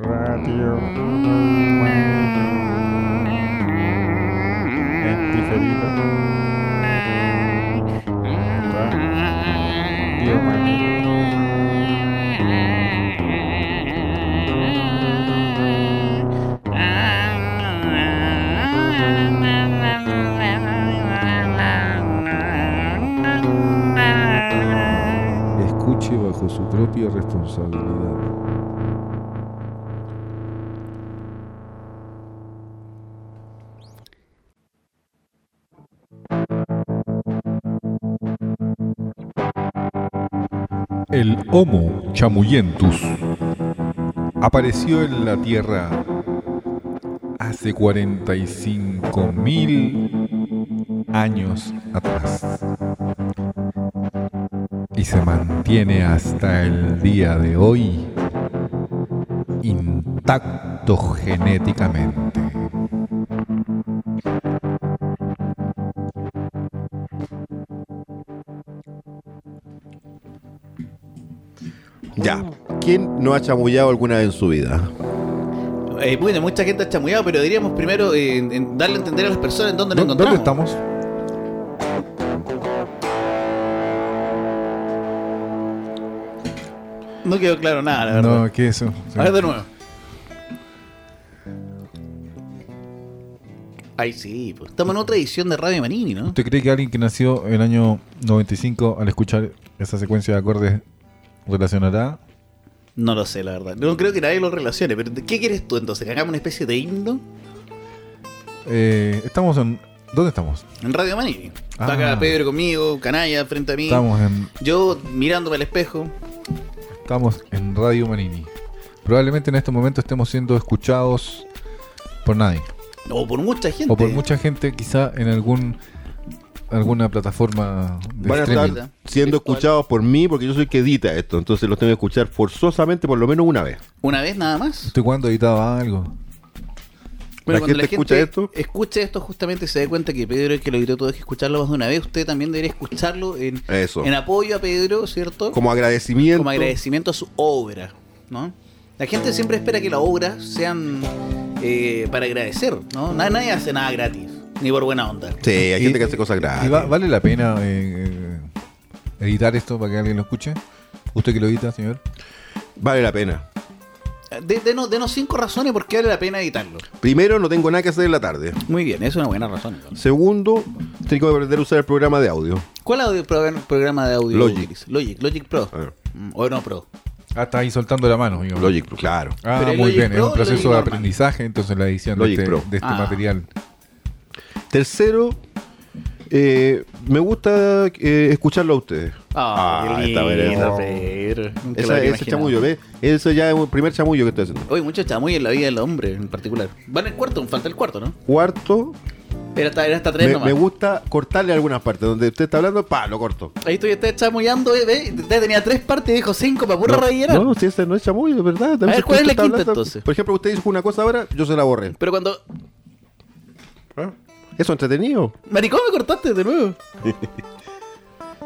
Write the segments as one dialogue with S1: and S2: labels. S1: radio. En diferido. Radio
S2: Escuche bajo su propia responsabilidad.
S3: El Homo Chamuyentus apareció en la Tierra hace 45.000 años atrás y se mantiene hasta el día de hoy intacto genéticamente.
S4: Ya. ¿Quién no ha chamullado alguna vez en su vida?
S5: Eh, bueno, mucha gente ha chamullado, pero diríamos primero eh, en- en darle a entender a las personas en dónde nos
S3: ¿Dó- ¿Dónde
S5: encontramos.
S3: estamos?
S5: No quedó claro nada, la verdad.
S3: No, ¿qué es eso? Sí.
S5: A ver de nuevo. Ay, sí, pues. estamos en otra edición de Radio Manini, ¿no?
S3: ¿Usted cree que alguien que nació en el año 95 al escuchar esa secuencia de acordes relacionará?
S5: No lo sé, la verdad. No creo que nadie lo relacione, pero ¿qué quieres tú entonces? ¿Que hagamos una especie de himno
S3: Eh, estamos en... ¿Dónde estamos?
S5: en Radio Manini? Está
S3: Ah.
S5: acá Pedro conmigo, Canalla frente a mí.
S3: Estamos en,
S5: Yo mirándome al espejo.
S3: estamos en Radio Manini. Probablemente en este momento estemos siendo escuchados por nadie.
S5: O por mucha gente.
S3: O por mucha gente quizá en algún alguna plataforma de
S4: Van a
S3: streaming.
S4: estar siendo escuchados por mí porque yo soy el que edita esto. Entonces los tengo que escuchar forzosamente por lo menos una vez.
S5: Una vez nada más.
S3: ¿Usted cuándo editaba algo?
S4: ¿La
S5: Bueno, cuando la
S4: gente escucha
S5: gente
S4: esto?
S5: escucha esto justamente y se da cuenta que Pedro es el que lo gritó todo, es que escucharlo más de una vez. Usted también debería escucharlo en,
S4: Eso.
S5: en apoyo a Pedro, ¿cierto?
S4: Como agradecimiento.
S5: Como agradecimiento a su obra, ¿no? La gente siempre espera que las obras sean eh, para agradecer, ¿no? Nadie, nadie hace nada gratis, ni por buena onda.
S4: Sí, hay
S3: Y-
S4: gente que hace cosas
S3: ¿Y
S4: gratis.
S3: va- ¿Vale la pena eh, eh, editar esto para que alguien lo escuche? ¿Usted que lo edita, señor?
S4: Vale la pena.
S5: De- denos, denos cinco razones por qué vale la pena editarlo.
S4: Primero, no tengo nada que hacer en la tarde.
S5: Muy bien, es una buena razón. entonces.
S4: Segundo, tengo que aprender a usar el programa de audio.
S5: ¿Cuál audio- pro- programa de audio
S4: Logic.
S5: utilizas? Logic, Logic Pro.
S4: A ver.
S5: Mm, O no Pro.
S3: Ah, está ahí soltando la mano. digamos.
S4: Logic Pro, claro.
S3: Ah,
S5: Pero el
S3: muy bien.
S5: Logic Pro
S3: es
S5: o
S3: un proceso
S5: Logic
S3: de
S5: normal.
S3: aprendizaje, entonces, la edición de
S4: Logic
S3: este,
S4: Pro.
S3: de este
S5: Ah.
S3: material.
S4: Tercero, eh, me gusta eh, escucharlo a ustedes.
S5: Ah, qué
S4: esta
S5: lindo,
S4: vereda.
S5: Pedro. Nunca lo
S4: Esa-
S5: habría
S4: Ese
S5: imaginado.
S4: chamullo, ¿ves? Eso ya es el primer chamullo que estoy haciendo.
S5: Oye, mucho chamuyo en la vida del hombre en particular. Van el cuarto, falta el cuarto, ¿no?
S4: Cuarto,
S5: Era hasta, era hasta tres
S4: me,
S5: nomás.
S4: me gusta cortarle algunas partes. Donde usted está hablando, pa, lo corto.
S5: Ahí estoy, usted chamullando, eh, ve, usted tenía tres partes y dijo cinco para puro
S4: no,
S5: rellenar.
S4: no, si ese no es chamullo, es ¿verdad? También
S5: ver,
S4: se
S5: ¿cuál es la
S4: está
S5: quinta,
S4: hablando.
S5: entonces?
S4: Por ejemplo, usted dijo una cosa ahora, yo se la borré.
S5: Pero cuando. Ah.
S4: Eso entretenido.
S5: Maricón, me cortaste de nuevo.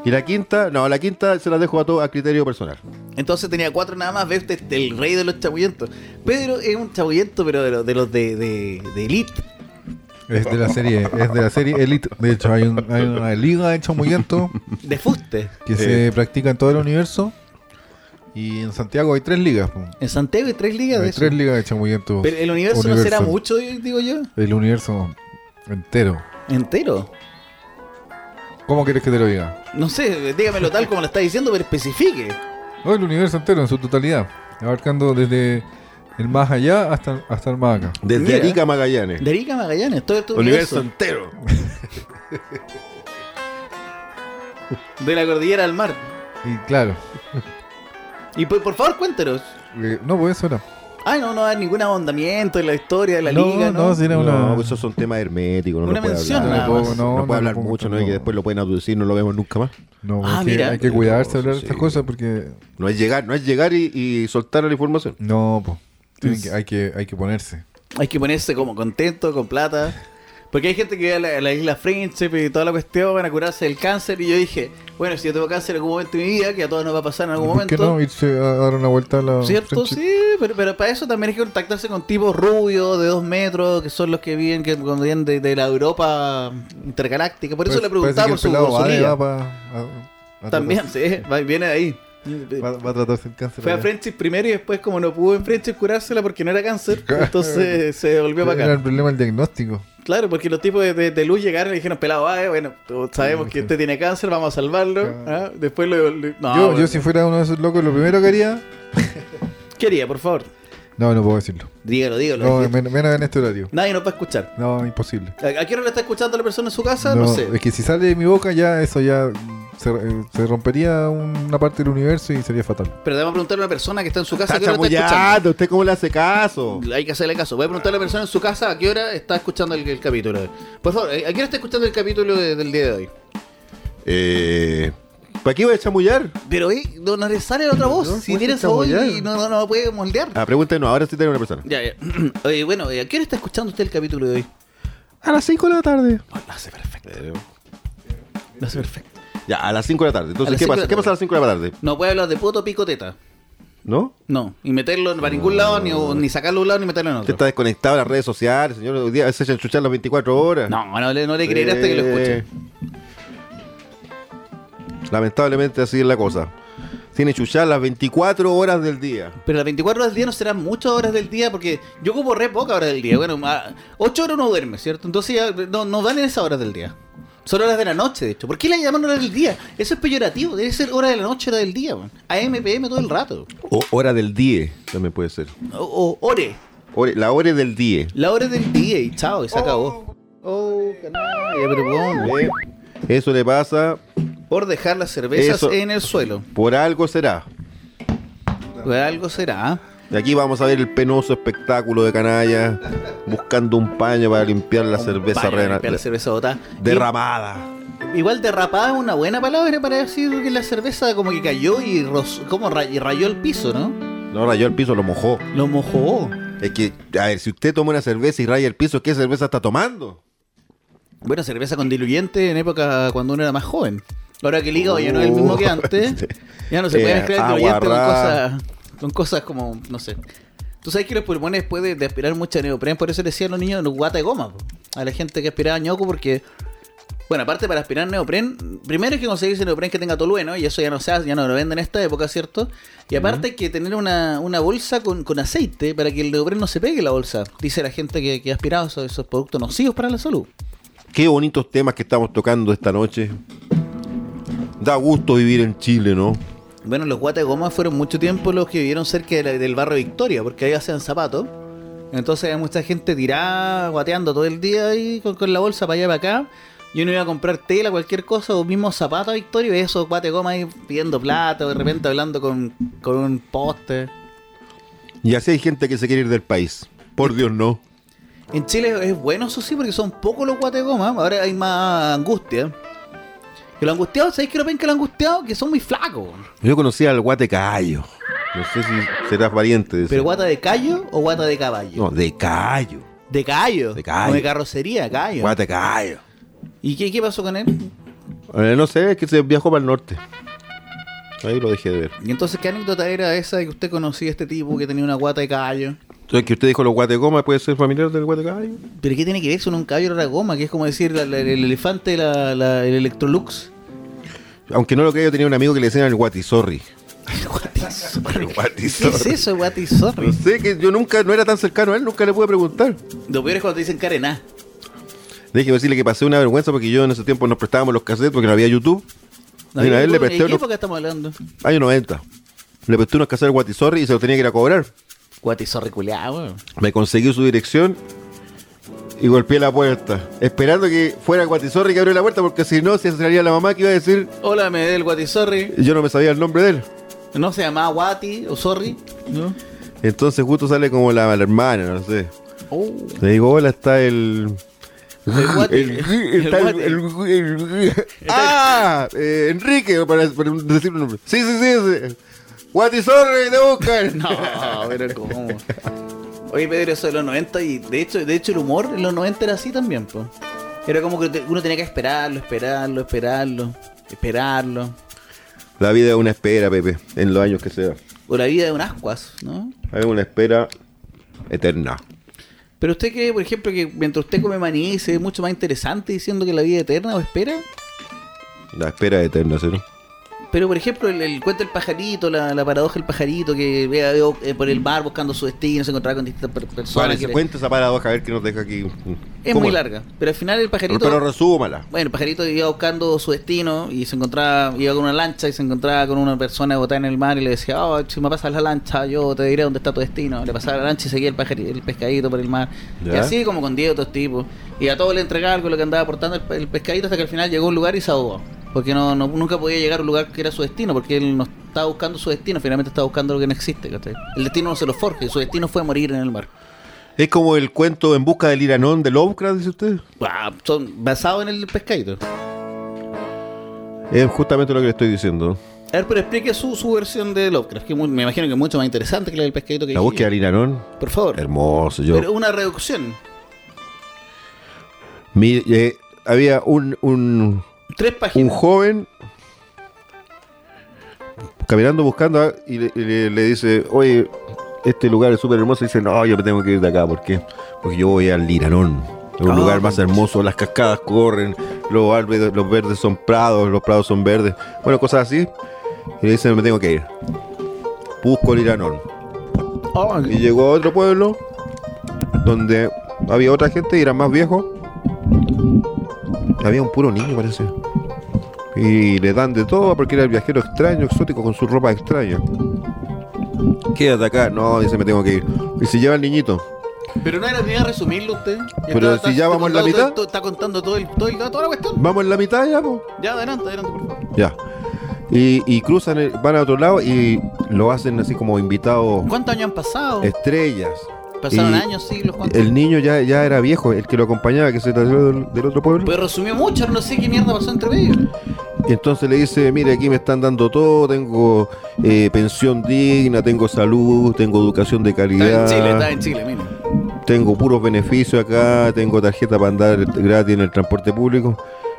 S4: Y la quinta, no, la quinta se la dejo a todo a criterio personal.
S5: Entonces tenía cuatro nada más, ve usted, este, el rey de los chamullentos. Pedro es un chamullento, pero de, los- de los de, de, de elite.
S3: Es de la serie, es de la serie Elite. De hecho, hay, un- hay una liga de chamuyentos
S5: De fuste.
S3: que se practica en todo el universo. Y en Santiago hay tres ligas. po.
S5: En Santiago hay tres ligas de
S3: Hay
S5: eso.
S3: tres ligas de chamuyentos.
S5: Pero el universo, no será mucho, digo yo.
S3: El universo entero.
S5: Entero.
S3: ¿Cómo querés que te lo diga?
S5: No sé, dígamelo tal como lo está diciendo, pero especifique.
S3: No, el universo entero en su totalidad. Abarcando desde el más allá hasta, hasta el más acá.
S4: Desde
S5: Mira.
S4: Arica a Magallanes.
S5: De Arica a Magallanes, todo tu
S4: universo
S5: universo.
S4: entero.
S5: De la cordillera al mar.
S3: Y claro.
S5: Y pues, por, por favor, cuéntenos.
S3: eh, no, pues eso era.
S5: Ay, no, no hay ningún ahondamiento en la historia de la
S3: no,
S5: liga, ¿no?
S3: no, si era
S4: No, pues
S3: una.
S4: esos son temas herméticos, no
S5: Una
S4: lo puede
S5: mención
S4: hablar.
S5: nada
S4: No,
S5: más.
S4: puedo-
S3: No,
S4: no
S3: no,
S4: puede hablar
S3: no,
S4: mucho, no,
S3: no.
S4: Y que después lo pueden aducir, no lo vemos nunca más.
S3: No,
S5: Ah,
S3: es que
S5: mira.
S3: hay que cuidarse de hablar de
S4: Sí.
S3: estas cosas porque.
S4: No es llegar, no es llegar y, y soltar la información.
S3: No, pues. Hay que, hay que ponerse.
S5: Hay que ponerse como contento, con plata. Porque hay gente que va a la, a la isla Príncipe y toda la cuestión van a curarse del cáncer. Y yo dije, bueno, si yo tengo cáncer en algún momento de mi vida, que a todos nos va a pasar en algún
S3: ¿Por
S5: momento.
S3: qué no irse a dar una vuelta a la...
S5: ¿Cierto?
S3: Friendship?
S5: Sí, pero, pero para eso también hay que contactarse con tipos rubios de dos metros, que son los que viven, que cuando vienen de, de la Europa intergaláctica. Por eso
S3: Parece-
S5: le preguntaba por
S3: parece
S5: su
S3: que el pelado Ade
S5: consolía.
S3: va pa- a- a
S5: También, sí, va- viene de ahí.
S3: tratarse- Va, va a tratarse el cáncer.
S5: Fue a
S3: allá.
S5: Friendship primero y después, como no pudo en Friendship curársela porque no era cáncer, entonces se volvió para
S3: Era
S5: acá.
S3: el problema el diagnóstico.
S5: Claro, porque los tipos de, de- de luz llegaron y dijeron, pelado, ah, eh, bueno, todos sabemos que este tiene cáncer, vamos a salvarlo.
S3: Claro.
S5: ¿ah? Después lo... lo- no,
S3: yo,
S5: bueno,
S3: yo si fuera uno de esos locos, lo primero que haría...
S5: Quería, por favor.
S3: No, no puedo decirlo.
S5: Dígalo, dígalo.
S3: No, men- menos en este horario.
S5: Nadie nos va a escuchar.
S3: No, imposible.
S5: ¿A, a qué hora le está escuchando la persona en su casa? No, sé.
S3: Es que si sale de mi boca ya eso ya se, eh, se rompería una parte del universo y sería fatal.
S5: Pero le vamos a preguntar a una persona que está en su casa a
S4: Está
S5: qué hora está escuchando.
S4: chamullando, ¿usted cómo le hace caso?
S5: Hay que hacerle caso. Voy a preguntar a la persona en su casa a qué hora está escuchando el, el capítulo. Por favor, ¿a qué hora está escuchando el capítulo de- del día de hoy?
S4: Eh, ¿Para qué iba a chamullar?
S5: Pero ahí no, no le sale la otra voz.
S3: No,
S5: si
S3: puede
S5: tiene esa voz
S3: chamullar.
S5: y no, no, no la puede moldear.
S4: Ah, pregúntenos, ahora sí tiene una persona.
S5: Ya, ya. Oye, bueno, eh, ¿a qué hora está escuchando usted el capítulo de hoy?
S4: A las 5 de la tarde.
S5: Lo hace perfecto. Lo hace perfecto.
S4: Eh, Ya, a las 5 de la tarde.
S5: A
S4: Entonces,
S5: las
S4: ¿qué
S5: cinco de
S4: pasa?
S5: la
S4: ¿Qué pasa a las 5 de la tarde?
S5: No puede hablar de puto picoteta.
S4: ¿No?
S5: No. Y meterlo para ningún lado, ni, ni sacarlo de un lado, ni meterlo en
S4: Usted
S5: otro.
S4: está desconectado de las redes sociales, señor. Hoy día se echan chuchar las 24 horas. Eh,
S5: No, no le, no le creeré hasta que lo
S3: Eh.
S5: escuche.
S4: Lamentablemente así es la cosa. Tiene chuchar las 24 horas del día.
S5: Pero las 24 horas del día no serán muchas horas del día porque yo ocupo re pocas horas del día. Bueno, 8 horas no duerme, ¿cierto? Entonces ya no, no valen esas horas del día. Son horas de la noche, de hecho. ¿Por qué le llaman horas del día? Eso es peyorativo. Debe ser hora de la noche, hora del día, weón. AM, PM todo el rato.
S4: O hora del día también puede ser.
S5: O, o ore.
S4: Hora- la hora del día.
S5: La hora del día y chao, y se acabó. Oh, canalla, pero bueno.
S4: ¿eh? Eso le pasa,
S5: Por dejar las cervezas
S4: Eso.
S5: en el suelo.
S4: por algo será.
S5: Pues algo será. ¿ah?
S4: Y aquí vamos a ver el penoso espectáculo de canalla buscando un paño para limpiar la cerveza
S5: Vaya,
S4: rena-
S5: limpiar la cerveza botada.
S4: derramada.
S5: Igual derrapada es una buena palabra para decir que la cerveza como que cayó y, roz- como ra- y rayó el piso, ¿no?
S4: No rayó el piso, lo mojó.
S5: Lo mojó.
S4: Es que, a ver, si usted toma una cerveza y raya el piso, ¿qué cerveza está tomando?
S5: Bueno, cerveza con diluyente en época cuando uno era más joven. Ahora que el hígado ya no es el mismo que antes, ya no se puede
S4: Uh, Eh,
S5: mezclar el
S4: agua
S5: diluyente con
S4: ra.
S5: cosas, con cosas como, no sé. Tú sabes que los pulmones después de, de aspirar mucha neopren, por eso le decían a los niños guata de goma, po. a la gente que aspiraba ñoco, porque, bueno, aparte para aspirar neopren, primero hay que conseguirse neopren que tenga tolueno, y eso ya no se hace, ya no lo venden en esta época, ¿cierto? Y aparte hay que tener una, una bolsa con, con aceite para que el neopren no se pegue la bolsa, dice la gente que, que ha aspirado esos, esos productos nocivos para la salud.
S4: Qué bonitos temas que estamos tocando esta noche. Da gusto vivir en Chile, ¿no?
S5: Bueno, los guates de goma fueron mucho tiempo los que vivieron cerca de la- del barrio Victoria, porque ahí hacían zapatos. Entonces hay mucha gente tirada, guateando todo el día ahí con, con la bolsa para allá y para acá. Y uno iba a comprar tela, cualquier cosa, o mismo zapatos a Victoria, y veía esos guates de goma ahí pidiendo plata, o de repente hablando con, con un poste.
S4: Y así hay gente que se quiere ir del país. Por Dios, no.
S5: En Chile es bueno eso sí, porque son pocos los guates de goma, ahora hay más angustia. Y los angustiados, ¿sabéis que lo ven que los angustiados? Que son muy flacos.
S4: Yo conocí al guate callo. No sé si serás variante de eso.
S5: ¿Pero guata de callo o guata de caballo?
S4: No, de callo.
S5: De callo.
S4: De callo.
S5: O de carrocería, callo.
S4: Guate callo.
S5: ¿Y qué, qué pasó con él?
S4: Eh, no sé, es que se viajó para el norte. Ahí lo dejé de ver.
S5: Y entonces, ¿qué anécdota era esa de que usted conocía a este tipo que tenía una guata de callo?
S4: Entonces, que usted dijo los guategomas, ¿puede ser familiar del guatecallo?
S5: ¿Pero qué tiene que ver eso en un caballo de la goma? Que es como decir la- la- el elefante, la, la- el Electrolux.
S4: Aunque no lo crea, yo tenía un amigo que le decían el guatisorri.
S5: El guatisorri. ¿Qué
S4: guatisorri.
S5: es eso, guatisorri?
S4: No sé, que yo nunca, no era tan cercano a él, nunca le pude preguntar.
S5: Lo peor es cuando te dicen carená.
S4: Déjeme decirle que pasé una vergüenza porque yo en ese tiempo nos prestábamos los cassettes porque no había YouTube.
S5: No,
S4: Mira, a él le
S5: ¿de
S4: presté
S5: qué
S4: unos
S5: época estamos hablando?
S4: años 90. Le presté unos cassettes al Guatisorri y se los tenía que ir a cobrar.
S5: Guatisorri culiado, weón.
S4: Me conseguí su dirección y golpeé la puerta. Esperando que fuera el Guatisorri que abrió la puerta porque si no, se salía la mamá que iba a decir,
S5: Hola, me dé el guatisorri.
S4: yo no me sabía el nombre de él.
S5: No se llamaba guati o sorri. ¿No?
S4: Entonces justo sale como la, la hermana, no sé.
S5: Oh.
S4: Le digo, hola, está el...
S5: El guati.
S4: El, está el- el-
S5: guati.
S4: el- ah, eh, Enrique, para, para decir un nombre. Sí, sí, sí. sí. Guatisorri, te buscan.
S5: No, pero ¿cómo? Oye, Pedro, eso de los 90 y de hecho, de hecho el humor en los 90 era así también, pues. Era como que te- uno tenía que esperarlo, esperarlo, esperarlo, esperarlo.
S4: La vida es una espera, Pepe, en los años que sea.
S5: O la vida de un ascuas, ¿no?
S4: Es una espera eterna.
S5: Pero usted cree, por ejemplo, que mientras usted come maní se ve mucho más interesante diciendo que la vida es eterna o espera.
S4: La espera es eterna, ¿sí?
S5: Pero, por ejemplo, el, el cuento del pajarito, la, la paradoja del pajarito que vea veo, eh, por el bar buscando su destino, se encontraba con distintas per-
S4: Vale,
S5: personas. que
S4: se
S5: le-
S4: cuenta esa paradoja, a ver qué nos deja aquí.
S5: es
S4: ¿Cómo?
S5: muy larga. Pero al final el pajarito...
S4: Pero resúmala.
S5: Bueno, el pajarito iba buscando su destino y se encontraba, iba con una lancha y se encontraba con una persona botada en el mar y le decía, oh, si me pasas la lancha, yo te diré dónde está tu destino. Le pasaba la lancha y seguía el, pajarito, el pescadito por el mar. Y
S4: Ya.
S5: así como con 10 otros tipos. Y a todos le entregaba algo lo que andaba aportando el, pe- el pescadito hasta que al final llegó a un lugar y se ahogó. Porque no, no- nunca podía llegar a un lugar que era su destino, porque él no estaba buscando su destino, finalmente estaba buscando lo que no existe. ¿cachai? El destino no se lo forja y su destino fue morir en el mar.
S4: Es como el cuento En busca del Iranón de Lovecraft, dice usted.
S5: Bah, son basados en el pescadito.
S4: Es justamente lo que le estoy diciendo.
S5: A ver, pero explique su, su versión de Lovecraft, que mu- me imagino que es mucho más interesante que la del pescadito que
S4: La
S5: dije
S4: búsqueda del Iranón.
S5: yo. Por favor.
S4: Hermoso. Yo,
S5: Pero una reducción.
S4: Mi- eh, había un, un,
S5: Tres
S4: un
S5: páginas.
S4: joven caminando buscando ah, y, le, y le- le dice, oye, este lugar es súper hermoso. Y dice, no, yo me tengo que ir de acá. ¿Por qué? Porque yo voy al Liranón. Es un
S5: Ah,
S4: lugar más hermoso. Las cascadas corren. Los árboles, los verdes son prados. Los prados son verdes. Bueno, cosas así. Y le dice, me tengo que ir. Busco el Liranón.
S5: Ah,
S4: Y llegó a otro pueblo donde había otra gente y era más viejo. Había un puro niño, parece. Y le dan de todo porque era el viajero extraño, exótico, con su ropa extraña. Quédate acá. No, dice, me tengo que ir. Y se lleva al niñito.
S5: pero no era ni a resumirlo usted.
S4: Pero si ya vamos en la
S5: contando todo-
S4: mitad.
S5: todo- está contando todo el, todo el- toda la cuestión.
S4: Vamos en la mitad ya, po.
S5: Ya, adelante, adelante, por favor.
S4: Ya. Y, y cruzan, el- van a otro lado y lo hacen así como invitados
S5: ¿Cuántos años han pasado?
S4: estrellas.
S5: Pasaron
S4: y
S5: años, siglos, ¿cuántos?
S4: El niño ya, ya era viejo, el que lo acompañaba, que se trasladó del, del otro pueblo.
S5: Pues resumió mucho, no sé qué mierda pasó entre ellos.
S4: Y entonces le dice, mire, aquí me están dando todo, tengo eh, pensión digna, tengo salud, tengo educación de
S5: Estaba
S4: calidad,
S5: en Chile, estaba en Chile, mira.
S4: tengo puros beneficios acá, tengo tarjeta para andar gratis en el transporte público.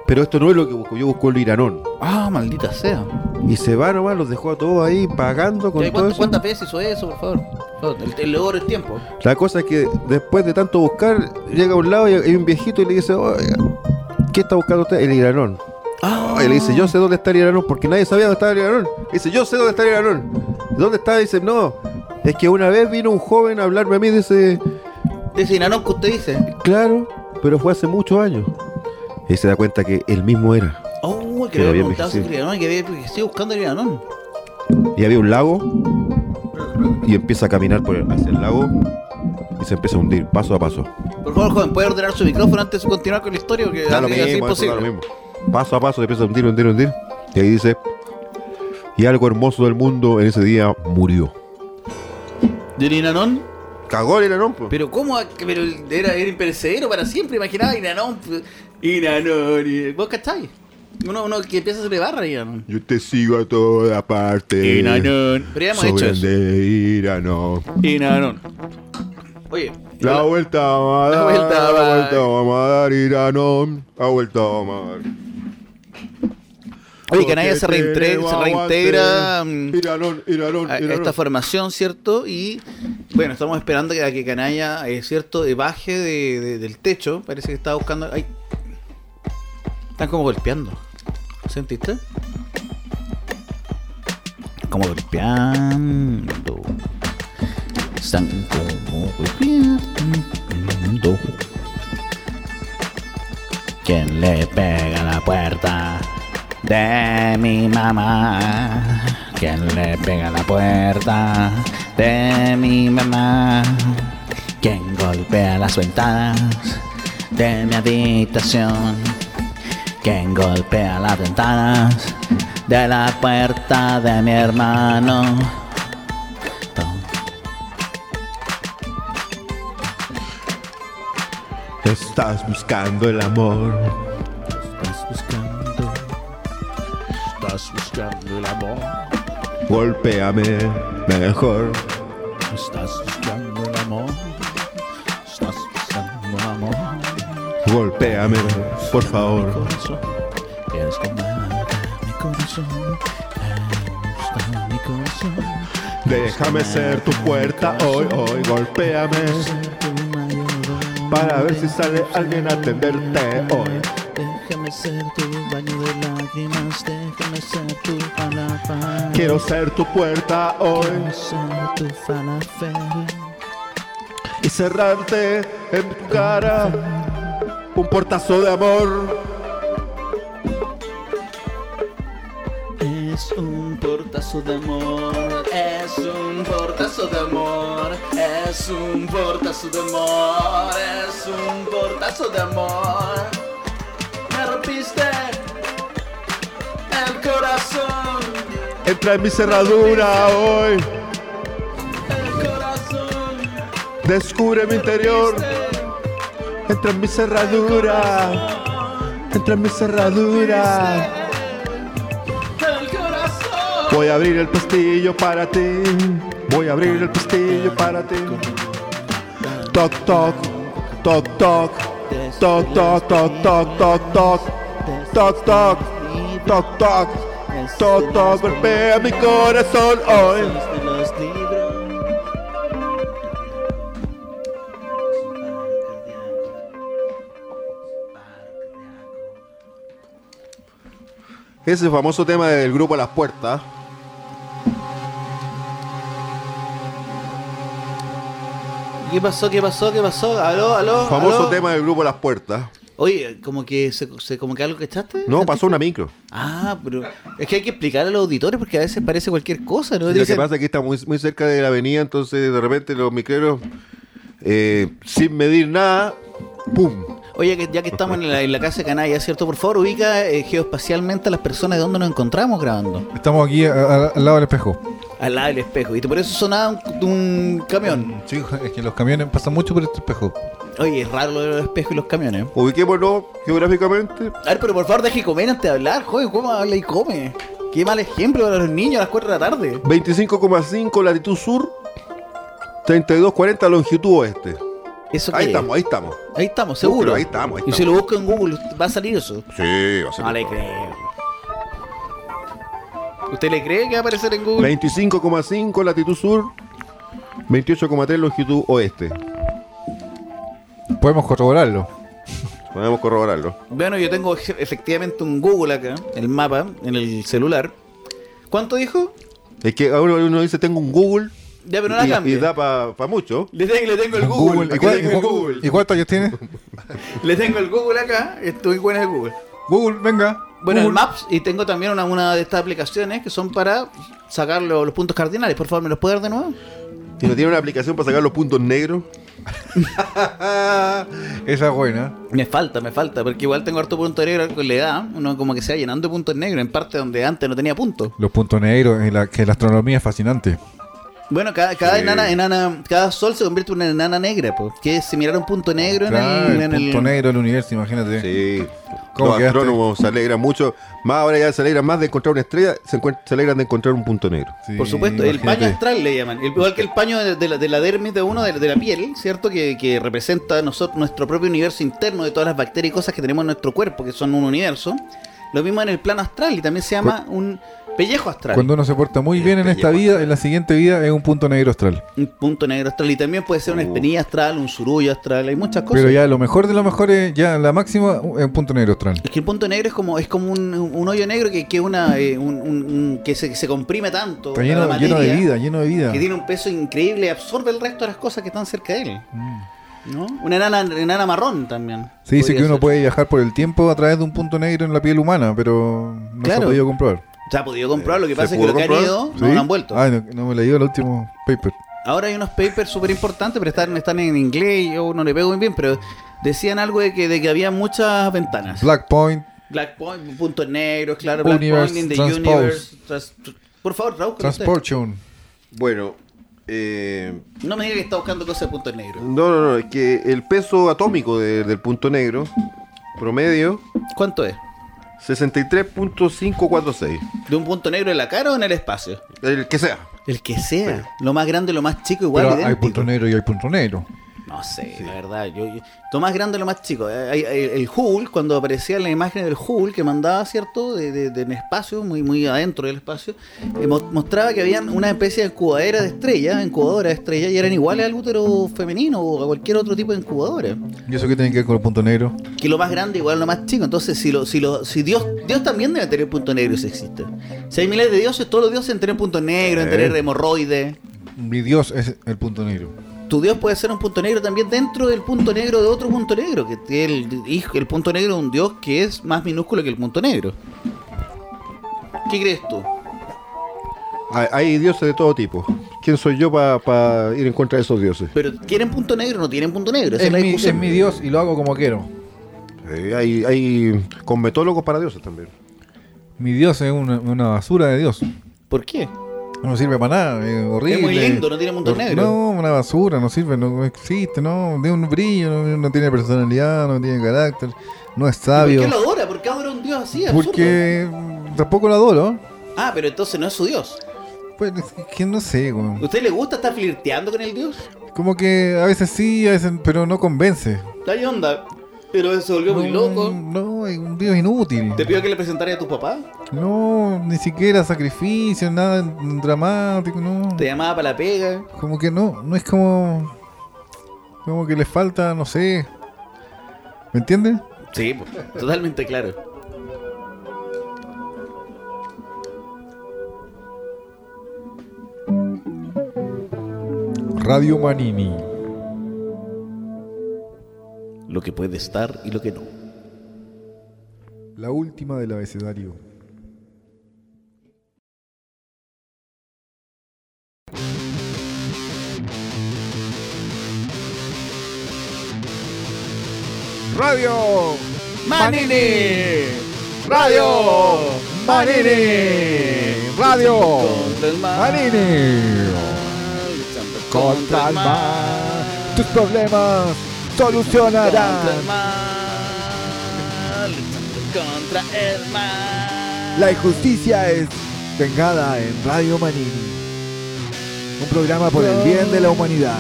S4: Pero esto no es lo que busco, yo busco el Iranón.
S5: Ah, maldita sea.
S4: Y se va nomás, los dejó a todos ahí pagando con
S5: Ya,
S4: todo
S5: ¿cuánto-
S4: eso.
S5: ¿Cuántas veces hizo eso, por favor? Por favor, El, el logro del tiempo.
S4: La cosa es que después de tanto buscar, llega a un lado y hay un viejito y le dice, "Oiga, ¿qué está buscando usted? El Iranón.
S5: Ah,
S4: Y le dice, yo sé dónde está el Iranón, porque nadie sabía dónde estaba el Iranón. Dice, yo sé dónde está el Iranón. ¿Dónde está? Dice, no. Es que una vez vino un joven a hablarme a mí, dice,
S5: Dice, Inanón, que usted dice?
S4: claro, pero fue hace muchos años. Y se da cuenta que él mismo era.
S5: Oh, que
S4: Que
S5: le
S4: lo
S5: había
S4: había
S5: preguntado si
S4: envejecido.
S5: quería Anón, que había- que estoy buscando a Anón.
S4: Y había un lago, y empieza a caminar por el, hacia el lago, y se empieza a hundir, paso a paso.
S5: Por favor, joven, ¿puede ordenar su micrófono antes de continuar con la historia? Porque
S4: Da lo
S5: así- así
S4: mismo,
S5: es
S4: eso da lo
S5: imposible.
S4: mismo. Paso a paso se empieza a hundir, hundir, hundir. Y ahí dice, y algo hermoso del mundo en ese día murió.
S5: ¿De Inanón?
S4: Cagó el Iranón, pues.
S5: Pero cómo, a- que- pero era, era imperecedero para siempre, imaginaba Inanón. pues, Inanón, y- ¿vos cacháis? Uno, uno que empieza a hacerle barra a Inanón.
S4: Yo te sigo a toda parte.
S5: Pero ya hemos hecho eso.
S4: Irano.
S5: Inanón. Oye,
S4: La
S5: hola.
S4: vuelta vamos a
S5: La
S4: dar.
S5: vuelta
S4: La
S5: va-
S4: vuelta vamos a dar, Irano. La vuelta vamos a dar.
S5: oye que nadie se,
S4: Porque
S5: reintre-
S4: tenemos
S5: se
S4: aguante.
S5: reintegra. mm,
S4: Iranón, Iranón,
S5: a- a
S4: Iranón.
S5: esta formación, ¿cierto? Y bueno, estamos esperando que- a que Canalla, eh, ¿cierto?, eh, baje de- de- del techo. Parece que está buscando. ¡Ay! Están como golpeando. ¿Sentiste? Como golpeando. Están como golpeando. ¿Quién le pega a la puerta de mi mamá? ¿Quién le pega a la puerta de mi mamá? ¿Quién golpea las ventanas de mi habitación? ¿Quién golpea las ventanas de la puerta de mi hermano?
S4: Estás buscando el amor.
S5: Estás buscando, estás buscando el amor.
S4: Golpéame mejor.
S5: Estás buscando buscando el amor. Estás buscando el amor.
S4: Golpéame, por favor.
S5: Corazón. Quieres comer mi corazón. Te gusta mi corazón.
S4: Déjame ser tu puerta hoy, hoy. Golpéame
S5: Ser tu mayor dolor.
S4: para ver si sale alguien a atenderte hoy.
S5: Déjame ser tu baño de lágrimas, déjame ser tu palabra.
S4: Quiero ser tu puerta hoy.
S5: Quiero ser tu falafel.
S4: y cerrarte en tu cara un portazo de amor.
S5: Es un portazo de amor, es un portazo de amor, es un portazo de amor, es un portazo de amor. Me rompiste el corazón,
S4: Entra en mi cerradura hoy,
S5: el corazón.
S4: descubre mi interior. Entra en mi cerradura, entra en mi cerradura.
S5: El corazón.
S4: Voy a abrir el pestillo para ti, voy a abrir el pestillo para ti. Toc, toc, toc, toc, toc, toc, toc, toc, toc, toc, toc, toc, toc, toc. Toc, toc, golpea mi corazón hoy.
S5: de los libros.
S4: Ese famoso tema del grupo Las Puertas.
S5: ¿Qué pasó? ¿Qué pasó? ¿Qué pasó? ¿Aló? ¿Aló?
S4: Famoso
S5: ¿Aló?
S4: tema del grupo Las Puertas.
S5: Oye, como que, se, se- como que algo que echaste.
S4: No, pasó una micro.
S5: Ah, pero es que hay que explicar a los auditores porque a veces parece cualquier cosa, ¿no?
S4: Lo que
S5: Dicen-
S4: pasa es que está muy, muy cerca de la avenida, entonces de repente los micreros, eh, sin medir nada, ¡pum!
S5: Oye, que ya que estamos en la, en la casa de Canalla, ¿cierto? Por favor, ubica eh, geoespacialmente a las personas de donde nos encontramos grabando.
S3: Estamos aquí a- a- al lado del espejo.
S5: Al lado del espejo. Y por eso sonaba un, un camión.
S3: Sí, es que los camiones pasan mucho por este espejo.
S5: Oye, es raro lo de los espejos y los camiones.
S4: Ubiquémonos geográficamente.
S5: A ver, pero por favor, deje de comer antes de hablar, joder, ¿cómo habla y come? Qué mal ejemplo para los niños a las 4 de la tarde.
S4: 25,5 latitud sur, 32,40 longitud oeste.
S5: Eso
S4: Ahí
S5: qué es?
S4: estamos, ahí estamos.
S5: Ahí estamos, seguro.
S4: Pero ahí estamos, ahí
S5: Y si
S4: estamos.
S5: lo busco en Google, va a salir eso.
S4: Sí, va a ser.
S5: No le creo. ¿Usted le cree que va a aparecer en Google?
S4: 25,5 latitud sur, 28,3 longitud oeste.
S3: Podemos corroborarlo.
S4: Podemos corroborarlo.
S5: Bueno, yo tengo eje- efectivamente un Google acá, el mapa, en el celular. ¿Cuánto dijo?
S4: Es que ahora uno dice tengo un Google
S5: Ya, pero no la
S4: y, y
S5: cambie.
S4: da para mucho.
S5: Le, te- le tengo el Google.
S3: ¿Y,
S5: le
S3: cuál-
S5: tengo
S3: y
S5: el
S3: cu-
S5: Google.
S3: y cuántos años tiene?
S5: Le tengo el Google acá. Estoy bueno en el Google.
S3: Google, venga.
S5: Bueno, el
S3: Google.
S5: Maps, y tengo también una, una de estas aplicaciones que son para sacar lo- los puntos cardinales. Por favor, ¿me los puede dar de nuevo?
S4: Y no tiene una aplicación para sacar los puntos negros.
S3: Ah, Esa es buena.
S5: Me falta, me falta, porque igual tengo harto punto negro con la edad. Uno como que se va llenando de puntos negros en parte donde antes no tenía puntos.
S3: Los puntos negros, en la, que la astronomía es fascinante.
S5: Bueno, cada, cada
S4: Sí.
S5: enana, enana, cada sol se convierte en una enana negra, pues, que es similar a un punto negro en
S3: Claro,
S5: el-
S3: el,
S5: en
S3: punto
S5: el-
S3: negro del universo, imagínate.
S4: Sí.
S3: ¿Cómo
S4: los
S3: quedaste?
S4: astrónomos se alegran mucho. Más ahora ya se alegran más de encontrar una estrella, se, encuent- se alegran de encontrar un punto negro.
S3: Sí,
S5: Por supuesto, el
S3: imagínate.
S5: paño astral le llaman. El- Igual que el paño de, de la, de la dermis de uno, de, la- de la piel, ¿cierto? Que, que representa nosotros, nuestro propio universo interno de todas las bacterias y cosas que tenemos en nuestro cuerpo, que son un universo. Lo mismo en el plano astral y también se llama un pellejo astral.
S3: Cuando uno se porta muy bien en
S5: Este
S3: esta vida, en la siguiente vida es un punto negro astral.
S5: Un punto negro astral y también puede ser una espinilla astral, un surullo astral, hay muchas cosas.
S3: Oh. Pero ya lo mejor de lo mejor es ya la máxima es un punto negro astral.
S5: Es que el punto negro es como es como un, un hoyo negro que que una eh, un, un- un- que se, se comprime tanto
S3: Está
S5: a la
S3: lleno, lleno de
S5: materia,
S3: vida, lleno de vida.
S5: que tiene un peso increíble y absorbe el resto de las cosas que están cerca de él. ¿No? Una enana, enana marrón también.
S3: Se Mm. dice
S5: podría
S3: que uno
S5: ser.
S3: puede viajar por el tiempo a través de un punto negro en la piel humana, pero no se
S5: Claro.
S3: ha podido comprobar.
S5: Se ha podido comprar, lo que
S3: Eh,
S4: ¿Se
S5: pasa es que
S4: pudo
S5: lo que han
S4: comprobar?
S5: ido no
S3: ¿Sí?
S5: lo han vuelto.
S3: Ah, no, no me leí el último paper.
S5: Ahora hay unos papers súper importantes, pero están, están en inglés y yo no le pego muy bien, pero decían algo de que, de que había muchas ventanas.
S3: Black Point,
S5: Black Point, puntos negros, claro, Black
S3: Universe,
S5: Point in the
S3: transpose.
S5: Universe. trans- por favor, Raúl, con usted.
S3: Transportion.
S4: Bueno, eh,
S5: No me diga que está buscando cosas de puntos negros.
S4: no, no, no, es que el peso atómico de- del punto negro promedio
S5: ¿Cuánto es?
S4: 63.546.
S5: ¿De un punto negro en la cara o en el espacio?
S4: El que sea.
S5: El que sea. Lo más grande, lo más chico, igual.
S3: Pero hay
S5: idéntico.
S3: punto negro y hay punto negro.
S5: No sé, la verdad. Yo, yo- lo más grande, lo más chico. Eh, hay- hay- el Hulk, cuando aparecía la imagen del Hulk que mandaba, ¿cierto? De, de- del espacio, muy, muy adentro del espacio, eh, mo- mostraba que habían una especie de incubadera de estrellas, incubadora de estrellas, y eran iguales al útero femenino o a cualquier otro tipo de incubadora.
S3: ¿Y eso qué tiene que ver con el punto negro?
S5: Que lo más grande igual lo más chico. Entonces, si lo, si lo, si Dios, Dios también debe tener punto negro si existe. Si hay miles de dioses, todos los dioses deben tener punto negro, deben tener hemorroides.
S3: Mi Dios es el punto negro.
S5: Tu Dios puede ser un punto negro también dentro del punto negro de otro punto negro, que tiene el, hijo- el punto negro de un Dios que es más minúsculo que el punto negro. ¿Qué crees tú?
S4: Hay, hay dioses de todo tipo. ¿Quién soy yo para ir en contra de esos dioses?
S5: ¿Pero quieren punto negro o no tienen punto negro? Esa es,
S3: Es
S5: la
S3: mi,
S5: discusión.
S3: es mi Dios y lo hago como quiero.
S4: Eh, hay, hay cosmetólogos para dioses también.
S3: Mi Dios es una, una basura de Dios.
S5: ¿Por qué?
S3: No sirve para nada, es horrible.
S5: Es muy lindo, no tiene punto
S3: Hor-
S5: negro.
S3: No, una basura, no sirve, no existe, no, de un brillo, no, no tiene personalidad, no tiene carácter, no es
S5: ¿Y
S3: sabio.
S5: ¿Por qué lo adora? ¿Por qué adora a un Dios así? Absurdo?
S3: Porque mm, tampoco lo adoro.
S5: Ah, pero entonces no es su Dios.
S3: Pues es que no sé, weón.
S5: ¿Usted le gusta estar flirteando con el Dios?
S3: como que a veces sí, a veces, pero no convence.
S5: Hay onda. Pero se volvió muy loco.
S3: No, es un Dios inútil.
S5: ¿Te pidió que le presentara a tu papá?
S3: No, ni siquiera sacrificio, nada dramático, no.
S5: ¿Te llamaba para la pega?
S3: Como que no, no es como. Como que le falta, no sé. ¿Me entiendes?
S5: Sí, po, totalmente claro.
S3: Radio Manini.
S5: Lo que puede estar y lo que no.
S3: La última del abecedario. Radio
S5: Manini.
S3: Radio
S5: Manini.
S3: Radio
S5: Contra
S3: Contra el
S5: el mar.
S3: mar. Tus problemas
S5: Contra el
S3: solucionarán
S5: mal. Luchando Contra el mal.
S3: La injusticia es vengada en Radio Manini. Un programa por el bien de la humanidad.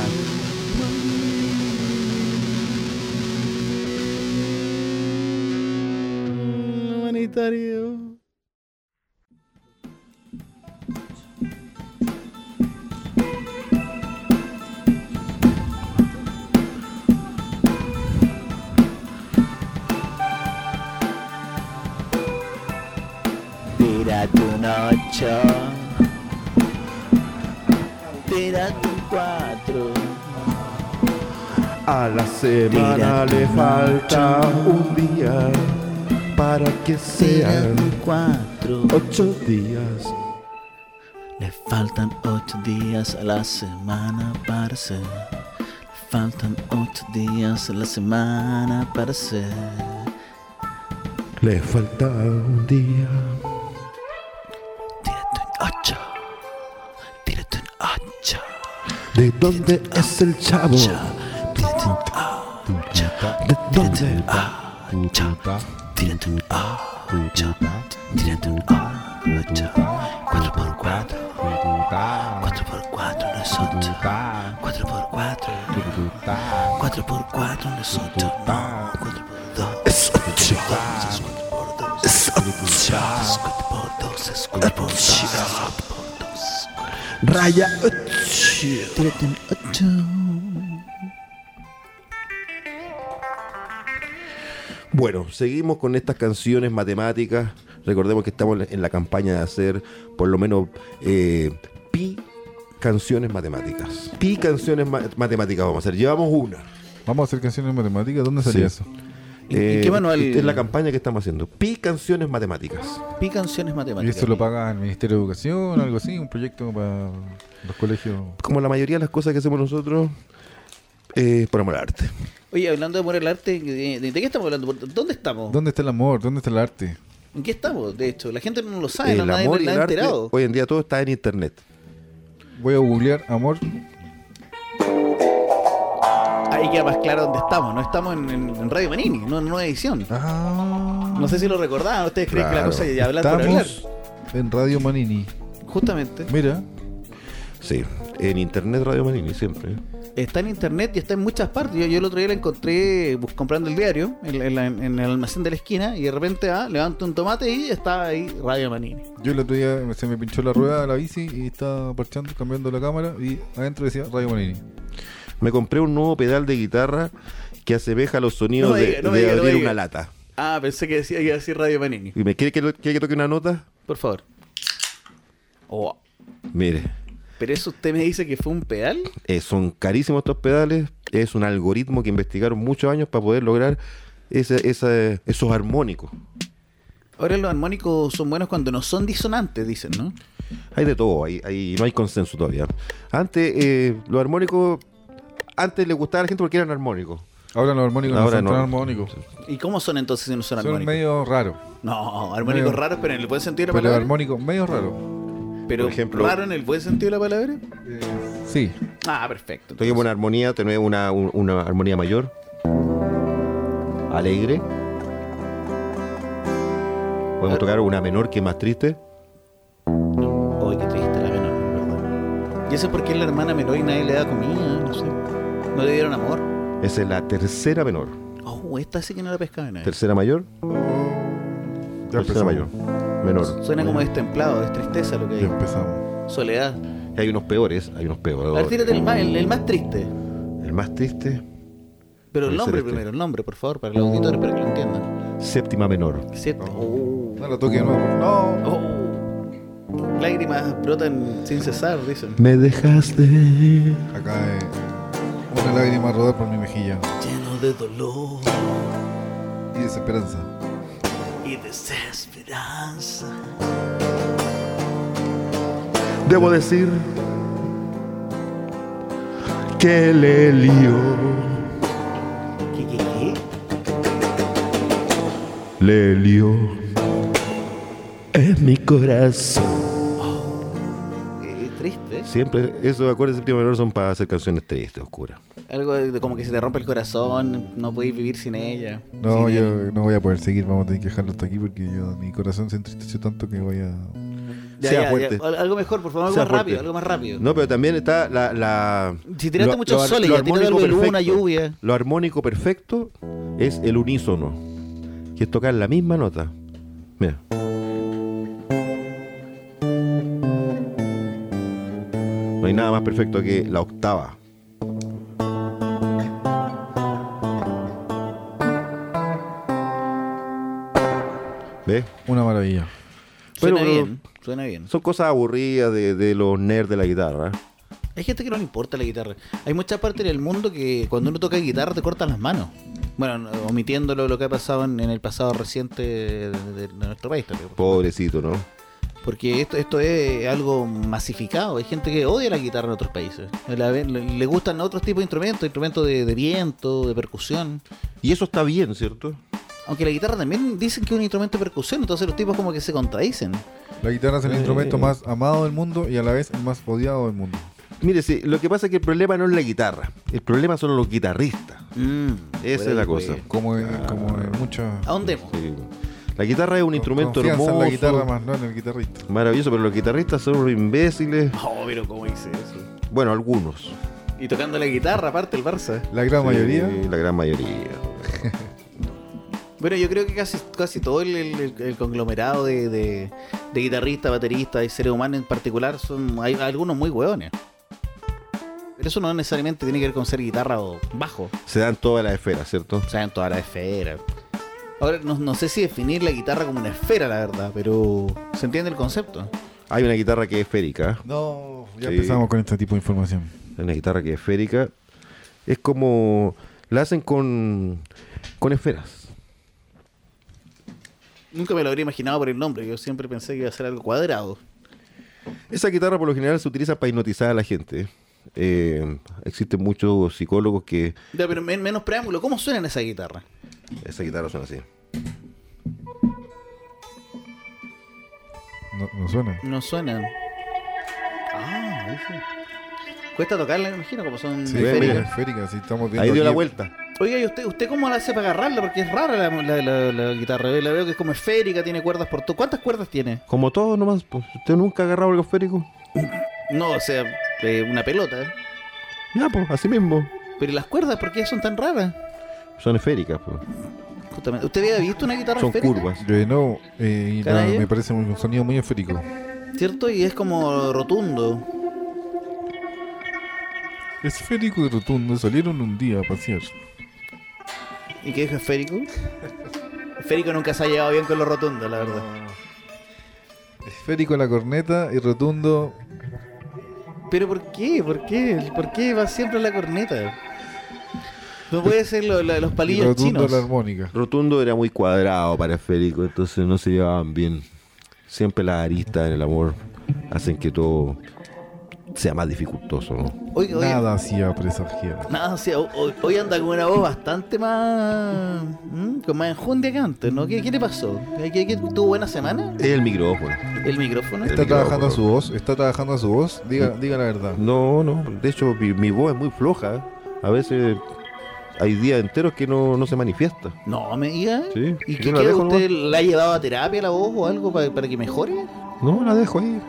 S5: Humanitario. Tírate un ocho. Tírate un cuatro.
S4: A la semana
S5: Tira
S4: le
S5: tu
S4: falta
S5: noche.
S4: un día para que
S5: Tírate
S4: sean
S5: un cuatro.
S4: ocho días.
S5: Le faltan ocho días a la semana para ser. Le faltan ocho días a la semana para ser.
S4: Le falta un día.
S5: Tírate un ocho. Tírate un ocho.
S4: ¿De dónde es el chavo?
S5: Tírate un ocho.
S4: ¿De dónde?
S5: Tírate un ocho. Tírate un ocho. Cuatro por cuatro. Cuatro por cuatro no es ocho. Cuatro por cuatro. Cuatro por cuatro no es ocho. No. Cuatro por dos.
S4: Es ocho.
S5: Es
S4: Raya ocho. Bueno, seguimos con estas canciones matemáticas. Recordemos que estamos en la campaña de hacer por lo menos eh, pi canciones matemáticas. Pi canciones ma- matemáticas vamos a hacer. Llevamos una.
S3: Vamos a hacer canciones matemáticas. ¿Dónde salía
S4: salía eso?
S3: eso?
S5: ¿En- en qué manual?
S4: Eh, Es la campaña que estamos haciendo. Pi canciones matemáticas.
S5: Pi canciones
S3: ¿Y
S5: matemáticas.
S3: esto lo paga el Ministerio de Educación, algo así? ¿Un proyecto para los colegios?
S4: Como la mayoría de las cosas que hacemos nosotros, eh, por amor al arte.
S5: Oye, hablando de amor al arte, ¿de, de- de qué estamos hablando? ¿Dónde estamos?
S3: ¿Dónde está el amor? ¿Dónde está el arte?
S5: ¿En qué estamos? De hecho, la gente no lo sabe, no
S4: el
S5: nadie
S4: amor y
S5: la
S4: el
S5: ha
S4: arte.
S5: enterado.
S4: Hoy en día todo está en internet.
S3: Voy a googlear amor.
S5: Ahí queda más claro dónde estamos. No estamos en, en- en Radio Manini, no en nueva edición.
S3: Ah,
S5: No sé si lo recordaban, ustedes creen que la
S4: Claro.
S5: cosa ya hablan por hablar.
S3: estamos en Radio Manini.
S5: Justamente.
S3: Mira,
S4: Sí, en internet Radio Manini siempre.
S5: Está en internet y está en muchas partes. Yo, yo el otro día la encontré bus- comprando el diario en, la- en la- en el almacén de la esquina y de repente ah, levanto un tomate y está ahí Radio Manini.
S3: Yo el otro día me- se me pinchó la rueda de la bici y estaba parchando, cambiando la cámara y adentro decía Radio Manini.
S4: Me compré un nuevo pedal de guitarra que asemeja los sonidos
S5: No me
S4: de,
S5: diga, no
S4: de
S5: me diga, no me
S4: abrir
S5: diga.
S4: una lata.
S5: Ah, pensé que decía que iba a decir Radio Manini.
S4: ¿Y me quiere que, lo- quiere que toque una nota?
S5: Por favor. Oh,
S4: Mire,
S5: pero eso usted me dice que fue un pedal.
S4: eh, son carísimos estos pedales. Es un algoritmo que investigaron muchos años para poder lograr ese- esa- esos armónicos.
S5: Ahora los armónicos son buenos cuando no son disonantes, dicen, ¿no?
S4: Hay de todo, hay, hay- no hay consenso todavía. Antes, eh, los armónicos, antes les gustaba a la gente porque eran armónicos.
S3: Ahora los armónicos
S4: Ahora
S3: no son
S4: no.
S3: tan armónicos.
S5: ¿Y cómo son entonces si no son
S3: Son
S5: armónicos?
S3: medio raros.
S5: No, armónicos
S3: medio-
S5: raros, pero en el buen sentido de la
S3: Pero
S5: palabra.
S3: armónicos medio raros.
S5: pero
S4: por ejemplo-
S5: raro en el buen sentido de la palabra.
S3: Eh, Sí.
S5: Ah, perfecto.
S4: Toquemos una armonía, tenés una, un- una armonía mayor. Alegre. Podemos tocar una menor que es más triste.
S5: Ay, qué triste la menor, ¿verdad? Y eso es porque es la hermana menor y nadie le da comida, no sé. No le dieron amor.
S4: Esa es la tercera menor.
S5: Oh, esta sí que no la pescaba nadie.
S4: Tercera mayor.
S3: Ya
S4: tercera mayor.
S3: empezamos.
S4: Menor.
S5: Suena como destemplado, es tristeza lo que
S3: Ya
S5: hay.
S3: empezamos.
S5: Soledad.
S4: Y hay unos peores, hay unos
S5: A
S4: peores.
S5: ver, tírate el más, el, el más triste.
S4: El más triste,
S5: Pero
S4: Puede
S5: el
S4: ser
S5: nombre
S4: este.
S5: primero, el nombre, por favor, para los auditores, para que lo entiendan.
S4: séptima menor.
S5: ¿Cierto?
S4: Oh.
S3: No lo toque de nuevo. No.
S5: Oh. Lágrimas brotan sin cesar, dicen.
S4: Me dejaste.
S3: Acá eh, una lágrima a rodar por mi mejilla.
S5: Lleno de dolor
S3: Y desesperanza.
S5: y desesperanza.
S4: Debo decir que le lío.
S5: ¿Qué, qué, qué?
S4: Le lió en mi corazón.
S5: Eh, triste. ¿eh?
S4: Siempre, esos acordes de séptima menor son para hacer canciones tristes, oscuras.
S5: Algo de, de como que se te rompe el corazón, no podéis vivir sin ella.
S3: No,
S5: sin él.
S3: yo no voy a poder seguir. Vamos a tener que dejarlo hasta aquí porque yo, mi corazón se entristeció tanto que voy a.
S5: Ya,
S4: sea
S5: ya, ya.
S4: fuerte.
S5: Al- Algo mejor, por favor, algo
S4: Sea
S5: más rápido,
S4: fuerte.
S5: algo más rápido.
S4: No, pero también está la. la
S5: Si tiraste mucho
S4: ar-
S5: sol, ya, tírate
S4: armónico
S5: algo de
S4: perfecto.
S5: luna, lluvia.
S4: Lo armónico perfecto es el unísono, que es tocar la misma nota. Mira. No hay nada más perfecto que la octava. ¿Ves?
S3: Una maravilla.
S5: Suena
S4: Bueno, pero-
S5: bien, suena bien.
S4: Son cosas aburridas de, de los nerds de la guitarra. ¿eh?
S5: Hay gente que no le importa la guitarra. Hay muchas partes del mundo que cuando uno toca guitarra te cortan las manos. Bueno, no- omitiendo lo, lo que ha pasado en, en el pasado reciente de, de nuestro país. tal vez.
S4: Pobrecito, ¿no?
S5: Porque esto, esto es algo masificado. Hay gente que odia la guitarra en otros países. La ve- le, le gustan otros tipos de instrumentos, instrumentos de, de viento, de percusión.
S4: Y eso está bien, ¿cierto?
S5: Aunque la guitarra también dicen que es un instrumento de percusión, entonces los tipos como que se contradicen.
S3: La guitarra es el instrumento más amado del mundo y a la vez el más odiado del mundo.
S4: Mire, sí, lo que pasa es que el problema no es la guitarra, el problema son los guitarristas. Mm, Esa es la cosa.
S3: Como en, como en muchas.
S5: Ahondemos.
S4: Sí. La guitarra es un Ah. instrumento
S3: Confianza
S4: hermoso,
S3: en la guitarra más, no en el guitarrista.
S4: maravilloso, pero los guitarristas son unos imbéciles.
S5: Oh, pero ¿cómo hice eso?
S4: Bueno, algunos.
S5: Y tocando la guitarra, aparte el Barça.
S3: La gran
S4: Sí,
S3: mayoría.
S4: La gran mayoría.
S5: Bueno, yo creo que casi, casi todo el, el- el- el conglomerado de, de, de guitarristas, bateristas y seres humanos en particular son. Hay algunos muy hueones. Pero eso no necesariamente tiene que ver con ser guitarra o bajo.
S4: Se dan todas las esferas, ¿cierto?
S5: O sea, en toda la esfera. Ahora, no, no sé si definir la guitarra como una esfera, la verdad, pero se entiende el concepto.
S4: Hay una guitarra que es esférica.
S3: No, ya
S4: Sí.
S3: empezamos con este tipo de información.
S4: Hay una guitarra que es esférica. Es como. La hacen con. con esferas.
S5: Nunca me lo habría imaginado por el nombre, yo siempre pensé que iba a ser algo cuadrado.
S4: Esa guitarra por lo general se utiliza para hipnotizar a la gente. Eh, existen muchos psicólogos que
S5: Ya, pero men- menos preámbulo, ¿cómo suena esa guitarra?
S4: esa guitarra suena así.
S3: No, no suena.
S5: No suena. Ah, ahí sí. Cuesta tocarla, me imagino, como son
S3: Sí,
S4: ve,
S5: esféricas.
S4: mira.
S3: es esférica, sí, estamos viendo
S4: Ahí dio
S3: aquí-
S4: la vuelta.
S5: Oiga, ¿y usted, usted cómo la hace para agarrarla? Porque es rara la, la- la- la guitarra. Yo La veo que es como esférica, tiene cuerdas por todo. ¿Cuántas cuerdas tiene?
S4: Como todo nomás, pues. ¿Usted nunca ha agarrado algo esférico?
S5: No, o sea, eh, una pelota.
S4: Ya, pues, así mismo.
S5: Pero ¿y las cuerdas por qué son tan raras?
S4: Son esféricas, pues.
S5: Justamente. ¿Usted había visto una guitarra
S4: Son
S5: esférica?
S4: curvas.
S3: Yo no, eh, y no,
S5: Caray.
S3: me parece un sonido muy esférico.
S5: ¿Cierto? Y es como rotundo.
S3: Esférico y rotundo salieron un día a pasear.
S5: ¿Y qué es esférico? esférico nunca se ha llevado bien con lo rotundo, la verdad.
S3: Esférico la corneta y rotundo.
S5: ¿Pero por qué? ¿Por qué? ¿Por qué va siempre la corneta? No puede ser lo- lo- los
S3: Y
S5: palillos
S3: rotundo
S5: chinos.
S3: la armónica.
S4: Rotundo era muy cuadrado para esférico, entonces no se llevaban bien. Siempre las aristas en el amor hacen que todo sea más dificultoso, ¿no?
S5: Oye, oye,
S3: Nada hacía presagiar.
S5: Nada, o sea, ho- ho- hoy anda con una voz bastante más. ¿Mm? con más enjundia que antes, ¿no? ¿Qué, qué le pasó? ¿Qué, qué- qué- tuvo buena semana?
S4: Es el micrófono.
S5: ¿El micrófono?
S3: Está
S4: El
S3: trabajando
S4: micrófono.
S3: a su voz, está trabajando a su voz. Diga, diga la verdad.
S4: No, no, de hecho mi, mi voz es muy floja. A veces hay días enteros que no, no se manifiesta.
S5: No, me diga.
S4: Sí,
S5: ¿Y
S4: yo
S5: qué
S4: la
S5: queda?
S4: dejo
S5: ¿Usted la ha llevado a terapia la voz o algo para, para que mejore?
S4: No, la dejo ahí.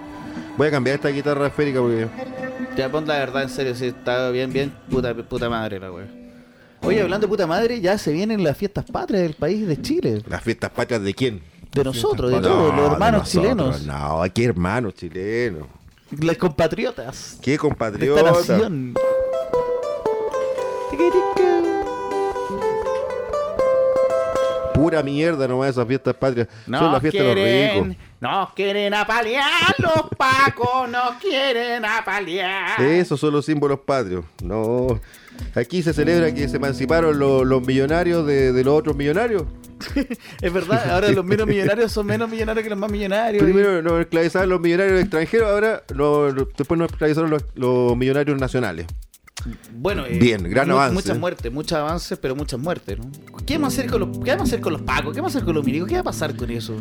S4: Voy a cambiar esta guitarra esférica porque
S5: Ya pon la verdad en serio, si está bien, bien, puta, puta madre la wea. Oye, hablando de puta madre, ya se vienen las fiestas patrias del país de Chile.
S4: las fiestas patrias de quién?
S5: De nosotros, de
S4: No,
S5: todos,
S4: de
S5: los hermanos
S4: nosotros,
S5: chilenos.
S4: No, qué hermanos chilenos.
S5: Las compatriotas.
S4: Qué
S5: de esta
S4: compatriota.
S5: nación. Tiquitica.
S4: Pura mierda nomás esas fiestas patrias. Son las fiestas de los ricos.
S5: nos quieren apalear los pacos, nos quieren apalear.
S4: Esos son los símbolos patrios. No. Aquí se celebra que se emanciparon los, los millonarios de, de los otros millonarios.
S5: Es verdad, ahora los menos millonarios son menos millonarios que los más millonarios.
S4: Primero nos esclavizaron los millonarios extranjeros, ahora lo- lo- después nos esclavizaron los, los millonarios nacionales.
S5: Bueno, eh,
S4: Bien, gran avance.
S5: Muchas muertes, muchos avances, pero muchas muertes, ¿no? ¿Qué vamos a hacer con los, qué vamos a hacer con los pacos? ¿Qué vamos a hacer con los milicos? ¿Qué va a pasar con eso?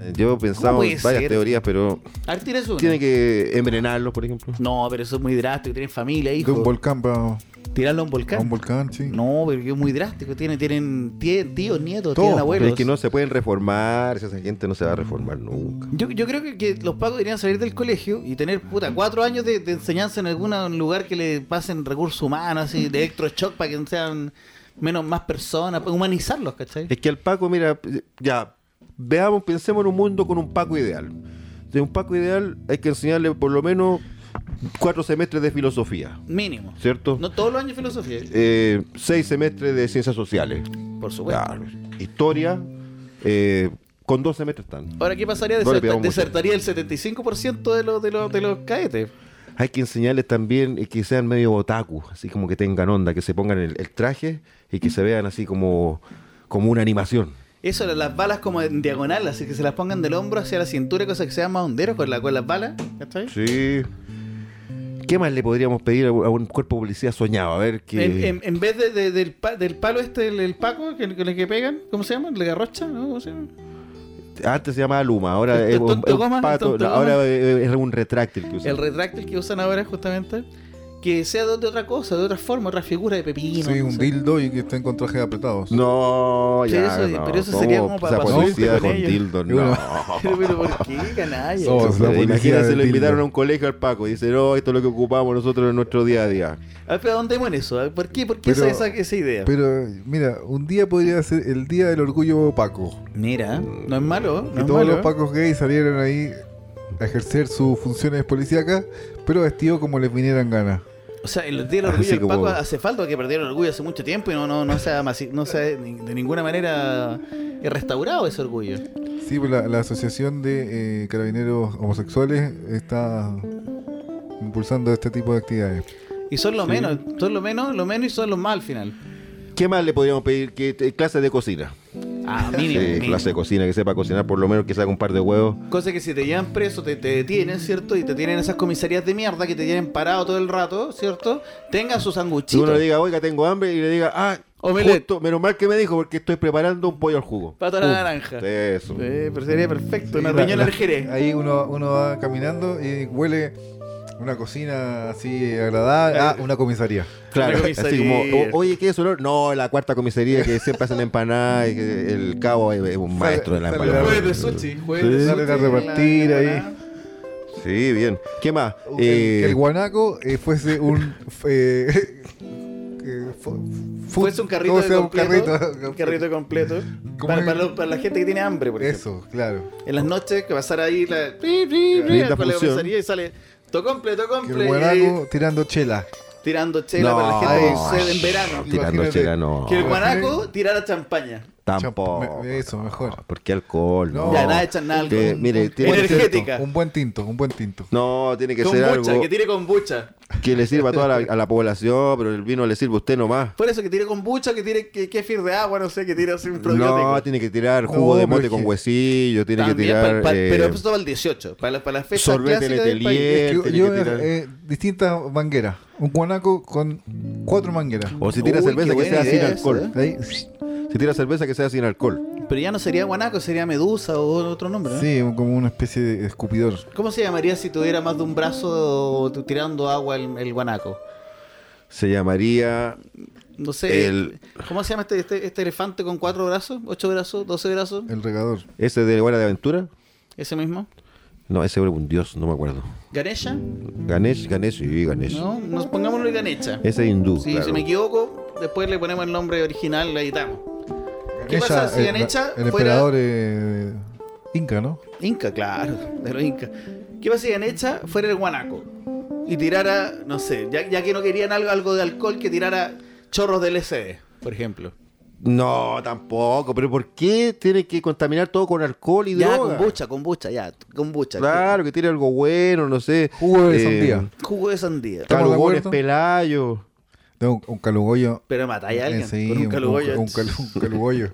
S4: Eh, Yo pensaba
S5: puede
S4: varias
S5: ser?
S4: teorías, pero
S5: A ver, tienes uno.
S4: tienen que envenenarlos, por ejemplo.
S5: No, pero eso es muy drástico, tienen familia,
S3: De un
S5: hijo.
S3: volcán para
S5: Tirarlo a un volcán.
S3: un volcán, sí.
S5: No, pero que es muy drástico. Tienen, tienen tie- tíos, nietos,
S3: Todo,
S5: tienen
S4: Pero
S5: abuelos.
S4: es que no se pueden reformar, esa gente no se va a reformar nunca.
S5: Yo, yo creo que, que los pacos deberían salir del colegio y tener puta cuatro años de, de enseñanza en algún lugar que le pasen recursos humanos, así, de electroshock para que sean menos más personas, para humanizarlos, ¿cachai?
S4: Es que al Paco, mira, ya, veamos, pensemos en un mundo con un Paco ideal. De un Paco ideal hay que enseñarle por lo menos cuatro semestres de filosofía,
S5: Mínimo.
S4: ¿cierto?
S5: No todos los años filosofía,
S4: Eh, seis semestres de ciencias sociales.
S5: por supuesto.
S4: Claro. Historia, eh, con dos semestres están.
S5: Ahora, ¿qué pasaría?
S4: No le
S5: Deserta-
S4: pegamos mucho.
S5: desertaría el 75% de los, de, los, de los cadetes.
S4: Hay que enseñarles también eh, que sean medio otaku, así como que tengan onda, que se pongan el, el traje y que se vean así como, como una animación.
S5: Eso, las balas como en diagonal, así que se las pongan del hombro hacia la cintura, cosa que sean más honderos con, la, con las balas, ¿cachai?
S4: Sí. ¿Qué más le podríamos pedir a, a un cuerpo de policía soñado? A ver que.
S5: En, en- en vez de, de- del, pa- del palo este, el, el paco, que, con el que pegan, ¿cómo se llama? ¿El de garrocha? ¿no? ¿Cómo se llama?
S4: Antes se llamaba Luma, ahora
S5: El
S4: es un,
S5: tonto
S4: es un
S5: goma, el
S4: pato,
S5: tonto
S4: no,
S5: goma.
S4: ahora es es un retráctil que usa.
S5: El retráctil que usan ahora justamente. Que sea de, de otra cosa, de otra forma, otra figura de pepino.
S3: Sí,
S5: no
S3: un
S5: sé.
S3: dildo y que estén con trajes apretados.
S4: No,
S5: Pero
S4: ya.
S5: eso-
S4: no.
S5: pero eso
S4: ¿Cómo
S5: sería como para
S4: esa
S5: pasar
S4: policía
S5: con
S4: con
S5: ellos?
S4: dildo,
S3: Y una-
S4: no.
S5: Pero, pero ¿por qué, canalla?
S3: Oh,
S4: Entonces,
S3: la policía
S4: Imagínate,
S3: del
S4: lo invitaron
S3: dildo.
S4: a un colegio al Paco. Dice, no, esto es lo que ocupamos nosotros en nuestro día a día.
S5: A ver, pero ¿a dónde vamos en eso? A ver, ¿Por qué, por qué
S3: Pero-
S5: esa, esa- esa idea?
S3: Pero mira, un día podría ser el día del orgullo paco.
S5: Mira, no es malo, no
S3: Y
S5: es
S3: todos
S5: malo.
S3: los pacos gays salieron ahí a ejercer sus funciones policíacas, pero vestidos como les vinieran ganas.
S5: O sea, el día del orgullo
S4: Así
S5: del Paco
S4: como-
S5: hace falta que perdieron el orgullo hace mucho tiempo y no, no, no se ha masi- no se ha ni- de ninguna manera restaurado ese orgullo.
S3: Sí, pues la, la asociación de eh, carabineros homosexuales está impulsando este tipo de actividades.
S5: Y son lo menos, son lo menos, lo menos y son los más al final.
S4: ¿Qué más le podríamos pedir? Que, te- clases de cocina.
S5: Ah,
S4: Sí,
S5: mínimo. mínimo.
S4: clase de cocina, que sepa cocinar por lo menos que saque un par de huevos.
S5: Cosa que si te llevan preso, te, te detienen, ¿cierto? Y te tienen esas comisarías de mierda que te tienen parado todo el rato, ¿cierto? Tengan su
S4: Si uno
S5: sanguchito.
S4: le diga, oiga, tengo hambre, y le diga, ah,
S5: Omelette.
S4: justo, menos mal que me dijo, porque estoy preparando un pollo al jugo.
S5: Pato a la naranja.
S4: Eso.
S5: Eh, pero sería perfecto, una
S3: Sí, la-
S5: riñona
S3: la-
S5: al jerez.
S3: Ahí uno, uno va caminando y huele una cocina así agradable a una comisaría.
S4: Claro,
S5: Una
S4: así
S5: comisaría.
S4: como, o- oye, ¿qué es olor? No, la cuarta comisaría que siempre hacen empanadas y que el cabo es es un maestro de la
S3: sale
S4: empanada.
S5: Jueves de sushi, jueves
S3: Sí.
S5: de sushi.
S3: Salen a repartir
S5: la-
S3: ahí.
S4: Sí, Sí, bien. ¿Qué más?
S3: que
S4: Eh,
S3: el guanaco eh, fuese un. eh, eh, fu- fu-
S5: Fuese un carrito
S3: ¿cómo se
S5: de
S3: llama? Un
S5: completo.
S3: carrito.
S5: un carrito completo.
S3: ¿Cómo
S5: Para,
S3: es?
S5: para lo- para la gente que tiene hambre, por ejemplo.
S3: Eso, claro.
S5: En las noches que pasara ahí la. pri, pri, pri,
S4: Linda
S5: con la
S4: función.
S5: comisaría y sale. To completo,
S3: Que el
S5: completo.
S3: guanaco tirando chela.
S5: Tirando chela
S4: No,
S5: para la gente con
S4: ay,
S5: sed en verano.
S4: Tirando
S3: Imagínate.
S4: chela, no.
S5: Que el guanaco tirara champaña.
S4: Tampoco.
S3: Me- eso, mejor.
S4: Porque alcohol, no.
S3: No. Ya,
S5: nada de echar nada de
S4: Que,
S5: alcohol.
S4: Eh, mire, tiene
S3: buen
S4: que ser-
S5: Energético. Energética.
S3: tinto, Un buen tinto, un buen tinto.
S4: no, tiene que
S5: con
S4: ser
S5: bucha,
S4: algo
S5: que
S4: que,
S5: tire con bucha.
S4: le sirva a toda la, a la población, pero el vino le sirve a usted nomás.
S5: Por eso, que tire con bucha, que tire que, kefir de agua, no sé, que tire así un probiótico.
S4: No, tiene que tirar jugo
S3: No,
S4: de
S3: pero
S4: mote
S3: es
S4: con
S3: que-
S4: huesillo, tiene que
S5: También,
S4: tirar...
S5: pa- pa-
S4: eh,
S5: pero pues, eso para el 18, para la, para la fecha
S4: sorbete
S5: clásica del país.
S4: Letelier.
S3: Es que
S4: tiene
S3: yo,
S4: que tirar-
S3: eh, distintas mangueras. Un guanaco con cuatro mangueras.
S4: O si tira
S5: Uy,
S4: cerveza
S5: qué
S4: que
S5: buena
S4: sea sin
S5: idea
S4: alcohol.
S5: esa,
S3: Ahí,
S4: Si tira cerveza que sea sin alcohol.
S5: Pero ya no sería guanaco, sería medusa o otro nombre. ¿no?
S3: sí, como una especie de escupidor.
S5: ¿Cómo se llamaría si tuviera más de un brazo tu- tirando agua el, el guanaco?
S4: Se llamaría...
S5: No sé.
S4: El-
S5: ¿Cómo se llama este, este, este elefante con cuatro brazos? ¿Ocho brazos? ¿Doce brazos?
S3: El regador.
S4: ¿Ese de Buena de Aventura?
S5: ¿Ese mismo?
S4: No, ese era un dios, no me acuerdo.
S5: ¿Ganesha?
S4: Ganesh, Ganesh, sí, Ganesh.
S5: No, nos pongámosle Ganesha.
S4: Ese es hindú,
S5: Si,
S4: claro.
S5: si me equivoco, después le ponemos el nombre original, le editamos. ¿Qué
S3: Ella,
S5: pasa
S4: eh,
S5: si
S3: el-
S5: Ganesha
S3: El
S5: fuera-
S3: emperador eh, Inca, ¿no?
S5: Inca, claro, de los Incas. ¿Qué pasa si Ganesha fuera el guanaco? Y tirara, no sé, ya, ya que no querían algo, algo de alcohol, que tirara chorros de LSD, por ejemplo.
S4: No, tampoco. Pero ¿por qué tiene que contaminar todo con alcohol y
S5: Ya,
S4: droga?
S5: kombucha, kombucha, ya, kombucha.
S4: Claro, que tiene algo bueno, no sé.
S3: Jugo de sandía.
S5: Jugo de sandía.
S3: ¿Estamos de
S4: Calugones,
S3: acuerdo?
S4: pelayo.
S3: No, un, un calugollo.
S5: Pero matáis a alguien
S3: Eh, sí,
S5: con un calogollo.
S3: Un, calu- un calugollo.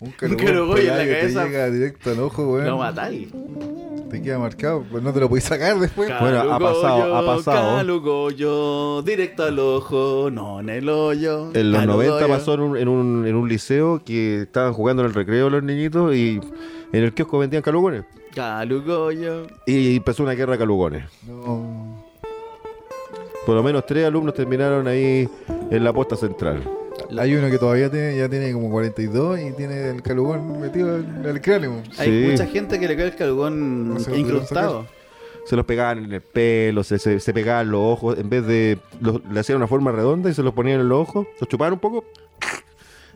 S3: Un
S5: calugollo en la
S3: pelado que
S5: cabeza.
S3: Te llega directo al ojo, weón.
S5: Lo matáis.
S3: Te queda marcado. Pues no te lo podés sacar después.
S4: Bueno, ha pasado, ha pasado.
S5: Calugollo, directo al ojo, no en el hoyo.
S4: En los
S5: Calugollo.
S4: 90 pasó en un, en, un, en un liceo que estaban jugando en el recreo los niñitos y en el kiosco vendían calugones.
S5: Calugollo.
S4: Y empezó una guerra de calugones.
S3: No.
S4: Por lo menos tres alumnos terminaron ahí en la posta central.
S3: Hay uno que todavía tiene, ya tiene como 42 y tiene el calugón metido en el cráneo.
S5: Hay
S4: Sí.
S5: mucha gente que le cae el calugón
S3: No se lo
S5: incrustado.
S4: Se los pegaban en el pelo, se, se, se pegaban los ojos. En vez de. los- le hacían una forma redonda y se los ponían en los ojos. Los chupaban un poco.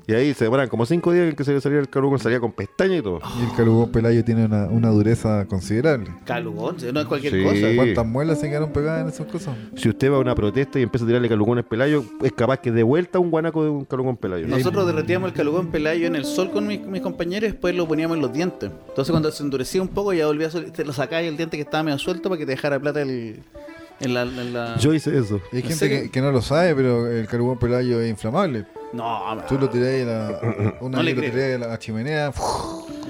S4: Y ahí se demoraban como cinco días en que se le salía el calugón. Salía con pestaña y todo.
S3: Y el calugón pelayo tiene una, una dureza considerable.
S5: Calugón, no es cualquier
S4: Sí.
S5: cosa.
S3: ¿Cuántas muelas se quedaron pegadas en esas cosas?
S4: Si usted va a una protesta y empieza a tirarle calugones pelayo, es capaz que de vuelta un guanaco de un calugón pelayo.
S5: Nosotros derretíamos el calugón pelayo en el sol con mis, mis compañeros y después lo poníamos en los dientes. Entonces cuando se endurecía un poco ya volvía a sol- te lo sacabas el diente que estaba medio suelto para que te dejara plata el, en la... en la-
S4: Yo hice eso.
S3: Y hay
S5: ¿En
S3: gente
S5: serio?
S3: que, que no lo sabe, pero el carbón pelayo es inflamable.
S5: No, ma-
S3: Tú lo tirás a la, una vez
S5: No le
S3: lo
S5: creo.
S3: tirás a la chimenea.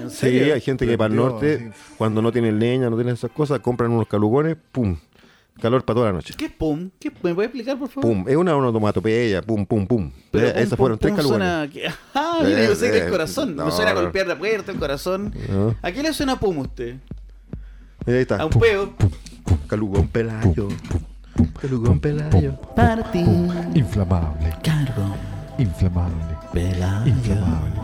S5: ¿En
S4: Sí,
S5: serio?
S4: hay gente que para el
S3: Yo,
S4: norte,
S3: sí.
S4: cuando no tienen leña, no tienen esas cosas, compran unos calugones, pum. Calor para toda la noche.
S5: ¿Qué pum? ¿Qué, ¿Me puedes explicar, por favor?
S4: Pum. Es una onomatopeya, pum, pum, pum.
S5: Pero
S4: Eh,
S5: pum,
S4: Esas
S5: pum,
S4: fueron tres
S5: pum
S4: calugones.
S5: suena que- Ah, mira, yo sé que
S4: Eh,
S5: el corazón.
S4: no,
S5: me suena a
S4: no.
S5: golpear la puerta, el corazón.
S4: No.
S5: ¿A qué le suena pum usted?
S4: Y ahí está.
S5: A un
S4: Pum,
S5: peo.
S4: pum, calugón pelayo. Calugón pelayo.
S5: Para ti,
S2: Inflamable,
S5: cargo.
S2: inflamable,
S5: Pelayo.
S2: inflamable.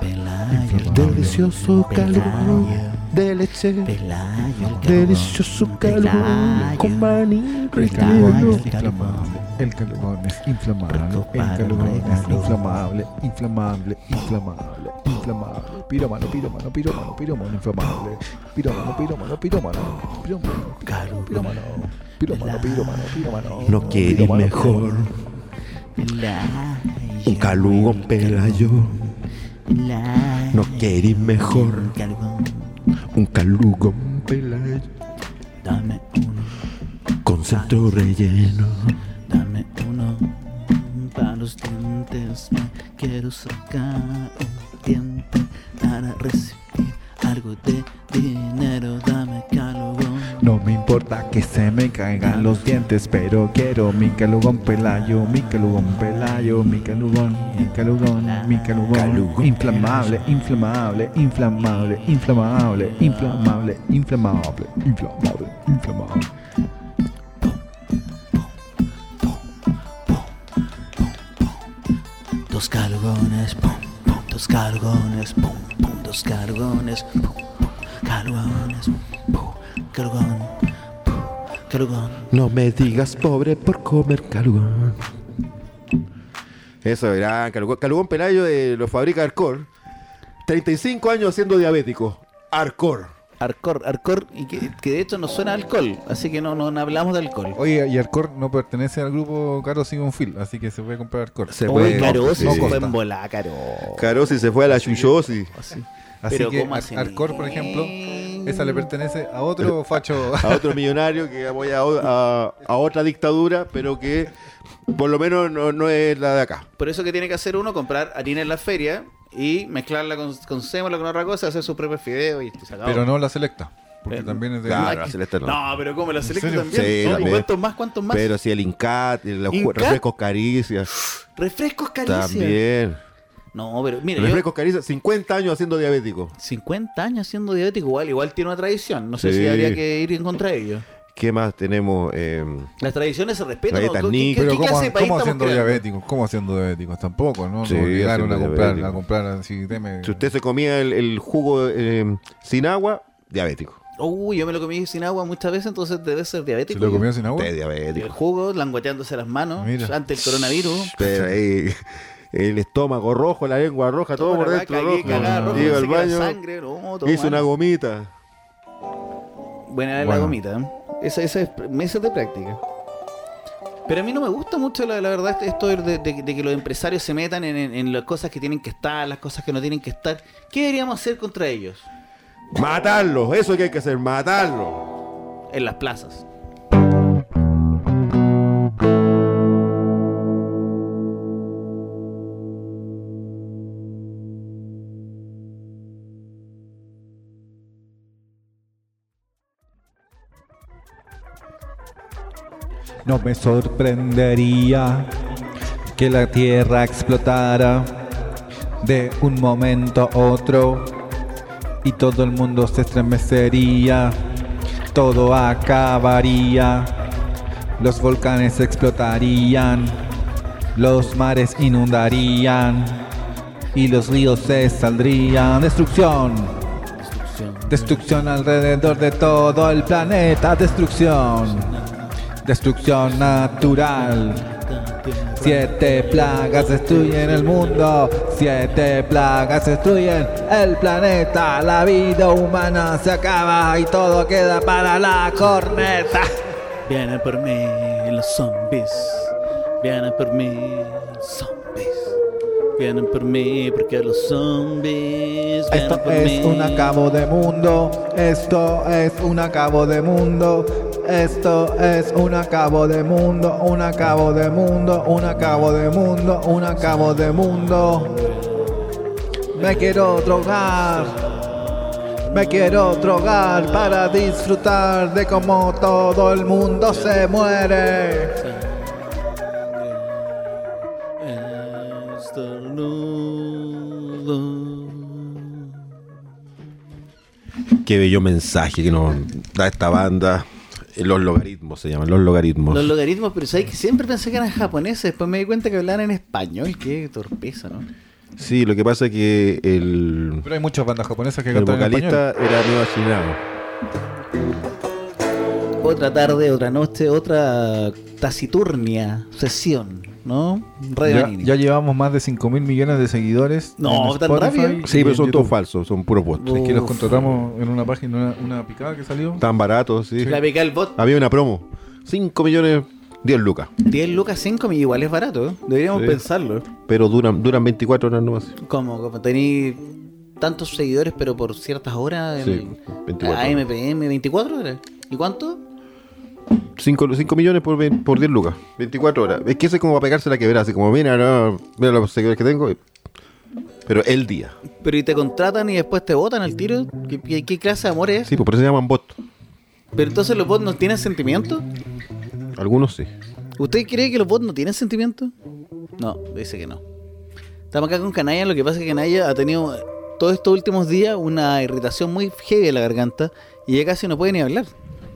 S5: Pelayo.
S4: Delicioso calugón de leche. Delicioso calugón con maní.
S2: El calugón es inflamable, el calugón es inflamable, el calugón es inflamable, inflamable, inflamable, inflamable. Piromano, piromano, piromano, piromano, inflamable. Piromano, piromano, piromano, piromano, piromano, piromano, piromano, piromano, piromano.
S4: No querís mejor un calugón pelayo. No querís mejor un calugón pelayo.
S5: Dame uno,
S4: Con centro relleno.
S5: dame uno. Para los dientes me quiero sacar un diente para recibir algo de dinero. Dame calugón.
S2: No me importa que se me caigan los dientes, pero quiero mi calugón pelayo, mi calugón pelayo, mi calugón, mi calugón, mi calugón. Inflamable, inflamable, inflamable, inflamable, inflamable, inflamable, inflamable, inflamable.
S5: Dos cargones, pum, pum, dos cargones, pum, pum, dos cargones, pum, pum, cargones, pum, cargón, pum, Calugón.
S4: No me digas pobre por comer calugón. Eso, gran calugón. Calugón Pelayo eh, lo fabrica Arcor. 35 años siendo diabético. Arcor.
S5: Arcor, Arcor, y que, que de hecho nos suena a alcohol, así que no, no, no hablamos de alcohol.
S3: Oye, y Arcor no pertenece al grupo Caro Simon Phil, así que se puede comprar Arcor.
S4: Se
S5: Uy,
S4: puede-
S5: caro, si
S4: no
S5: se fue
S4: costa.
S5: en volá, caro.
S4: Caro si se fue a la chuchosi.
S5: Así.
S3: Así
S5: Pero
S3: que
S5: ¿cómo hacen?
S3: Ar- Arcor, por ejemplo, esa le pertenece a otro facho.
S4: A otro millonario que apoya a, o- a- a otra dictadura, pero que por lo menos no, no es la de acá.
S5: Por eso que tiene que hacer uno, comprar harina en la feria y mezclarla con, con sémola, con otra cosa, hacer sus propios fideos y se acabó.
S3: Pero no la selecta. Porque
S5: Pero-
S3: también es de.
S4: Claro,
S5: Ay,
S4: la Celeste no.
S5: No, pero como la Celeste
S3: serio?
S5: también.
S4: Sí,
S5: ¿no? pues,
S4: también.
S5: ¿Cuántos más? ¿Cuántos más?
S4: Pero si el Incat, el
S5: ¿Incat?
S4: refresco Caricia,
S5: Refrescos carísimos.
S4: también.
S5: No, pero mira, yo
S4: Refresco Caricia, 50 años haciendo diabético.
S5: 50 años siendo diabético, igual, igual tiene una tradición. No sé
S4: Sí.
S5: si habría que ir en contra de ellos.
S4: ¿Qué más tenemos? Eh,
S5: Las tradiciones se respetan.
S4: Galletas
S5: ¿no? ¿Qué-
S4: Nick.
S5: qué-
S3: Pero
S5: qué clase
S3: ¿cómo,
S5: de país
S3: cómo
S5: estamos
S3: haciendo
S5: creando?
S3: diabéticos? ¿Cómo haciendo diabéticos? Tampoco, ¿no?
S4: Sí,
S3: no obligaron a
S4: haciendo
S3: comprar, a
S4: diabético.
S3: comprar así deme-
S4: si usted se comía el, el jugo eh, sin agua, diabético.
S5: Uy, yo me lo comí sin agua muchas veces, entonces debe ser
S3: ¿Se
S5: diabético.
S3: lo comió sin agua?
S4: Usted es
S5: El
S4: diabético.
S5: jugo, langueteándose las manos
S3: Mira.
S5: ante el coronavirus.
S4: Pero ahí, el estómago rojo, la lengua roja, todo por
S5: la
S4: dentro
S5: vaca,
S4: rojo.
S5: aquí, cagada, rojo,
S4: Llega
S5: pensé
S4: al
S5: que era
S4: baño,
S5: sangre, no, todo
S4: hizo
S5: mal.
S4: una gomita.
S5: Buena la
S3: Bueno.
S5: gomita. Esa, esa es pr- meses de práctica. Pero a mí no me gusta mucho, la, la verdad, este- esto de, de- de que los empresarios se metan en, en- en las cosas que tienen que estar, las cosas que no tienen que estar. ¿Qué deberíamos hacer contra ellos?
S4: Matarlos, eso que hay que hacer, matarlos.
S5: En las plazas.
S2: No me sorprendería que la Tierra explotara de un momento a otro y todo el mundo se estremecería, todo acabaría, los volcanes explotarían, los mares inundarían y los ríos se saldrían. Destrucción, destrucción alrededor de todo el planeta, destrucción. Destrucción natural. Siete plagas destruyen el mundo. Siete plagas destruyen el planeta. La vida humana se acaba y todo queda para la corneta.
S5: Vienen por mí los zombies. Vienen por mí los zombies. Vienen por mí porque los zombies. vienen
S2: Esto
S5: por
S2: es
S5: mí.
S2: un acabo de mundo. Esto es un acabo de mundo. Esto es un acabo de mundo. Un acabo de mundo. Un acabo de mundo. Un acabo de mundo. Me quiero drogar. Me quiero drogar para disfrutar de cómo todo el mundo se muere.
S4: Qué bello mensaje que nos da esta banda. Eh, Los logaritmos se llaman, los logaritmos.
S5: Los logaritmos, pero sabes que siempre pensé que eran japoneses, después me di cuenta que hablaban en español, qué torpeza, ¿no?
S4: Sí, lo que pasa es que el,
S3: Pero hay muchas bandas japonesas que
S4: el
S3: cantan en español.
S4: vocalista era Neo Shinano.
S5: Otra tarde, otra noche, otra taciturnia sesión, ¿no? Radio
S3: Ya,
S5: Manini.
S3: ya llevamos más de 5 mil millones de seguidores.
S5: No,
S3: en
S5: tan
S3: Spotify
S5: rápido.
S3: y
S4: Sí, pero
S3: en
S4: son
S3: YouTube.
S4: todos falsos, son puros puestos.
S3: Es que los
S5: Uf.
S3: contratamos en una página, una, una picada que salió.
S4: Tan baratos, sí.
S5: La pica el bot,
S4: Había una promo. 5 millones, 10 lucas.
S5: 10 lucas 5, mil, igual es barato, ¿eh? deberíamos
S4: Sí.
S5: pensarlo.
S4: Pero duran, duran 24 horas nomás.
S5: Como, como tení tantos seguidores, pero por ciertas horas,
S4: Sí,
S5: en
S4: 24 horas.
S5: AMPM, 24 horas. ¿Y cuánto?
S4: 5, millones por, ve- por 10 lucas. 24 horas. Es que eso es como para pegarse la quebrada. Así como, mira, no, mira los seguidores que tengo. Pero el día.
S5: Pero y te contratan y después te votan al tiro. ¿Qué, qué- qué clase de amor es?
S4: Sí, pues por eso se llaman bot.
S5: Pero entonces los bots no tienen sentimiento.
S4: Algunos sí.
S5: ¿Usted cree que los bots no tienen sentimiento? No, dice que no. Estamos acá con Canalla, lo que pasa es que Canalla ha tenido eh, todos estos últimos días una irritación muy heavy en la garganta y ya casi no puede ni hablar.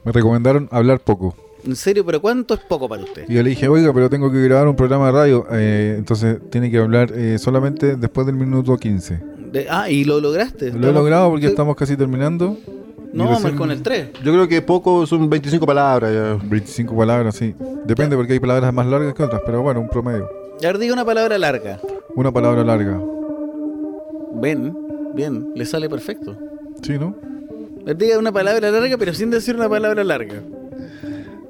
S3: Me recomendaron hablar poco.
S5: En serio, pero ¿cuánto es poco para usted?
S3: Y yo le dije, oiga, pero tengo que grabar un programa de radio. eh, entonces tiene que hablar eh, solamente después del minuto 15.
S5: De- ah, y lo
S3: Lo
S5: lograste.
S3: he
S5: Estamos-
S3: logrado porque
S5: usted-
S3: estamos casi terminando.
S5: No,
S3: recién-
S5: vamos con el 3.
S4: Yo creo que poco son 25 palabras. ya.
S3: 25 palabras, sí. Depende porque hay palabras más largas que otras, pero bueno, un promedio.
S5: A ver, diga una palabra larga.
S3: Una palabra larga.
S5: Ven, bien, le sale perfecto.
S3: Sí, ¿no?
S5: A ver, Diga una palabra larga, pero sin decir una palabra larga.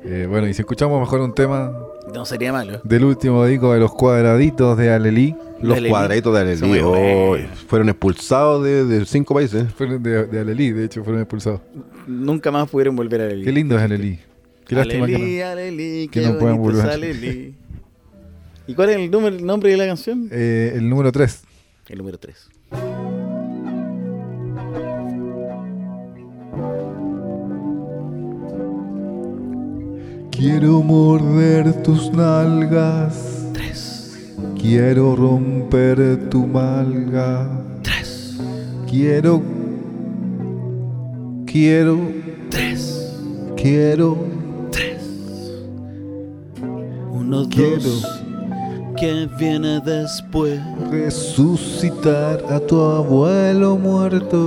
S3: Eh, bueno, y si escuchamos mejor un tema
S5: No sería malo.
S3: del último disco de los cuadraditos de Alelí,
S4: Los
S5: Alelí.
S4: cuadraditos de
S5: Son muy
S4: Alelí.
S5: buenos.
S4: oh, fueron expulsados de, de cinco países.
S3: fueron de, de Alelí, de hecho, fueron expulsados.
S5: Nunca más pudieron volver a
S3: Qué
S5: Lely.
S3: lindo es Alelí. Qué lástima que no.
S5: Alelí, Alelí,
S3: que
S5: qué
S3: no puedan
S5: bonito es
S3: volver.
S5: Alelí. ¿Y cuál es el, número- el nombre de la canción?
S3: Eh, el número 3.
S5: El número 3.
S3: Quiero morder tus nalgas.
S5: 3.
S3: Quiero romper tu malga.
S5: 3.
S3: Quiero. Quiero.
S5: 3.
S3: Quiero.
S5: 1,
S3: Quiero.
S5: 2. ¿Qué viene después?
S3: Resucitar a tu abuelo muerto.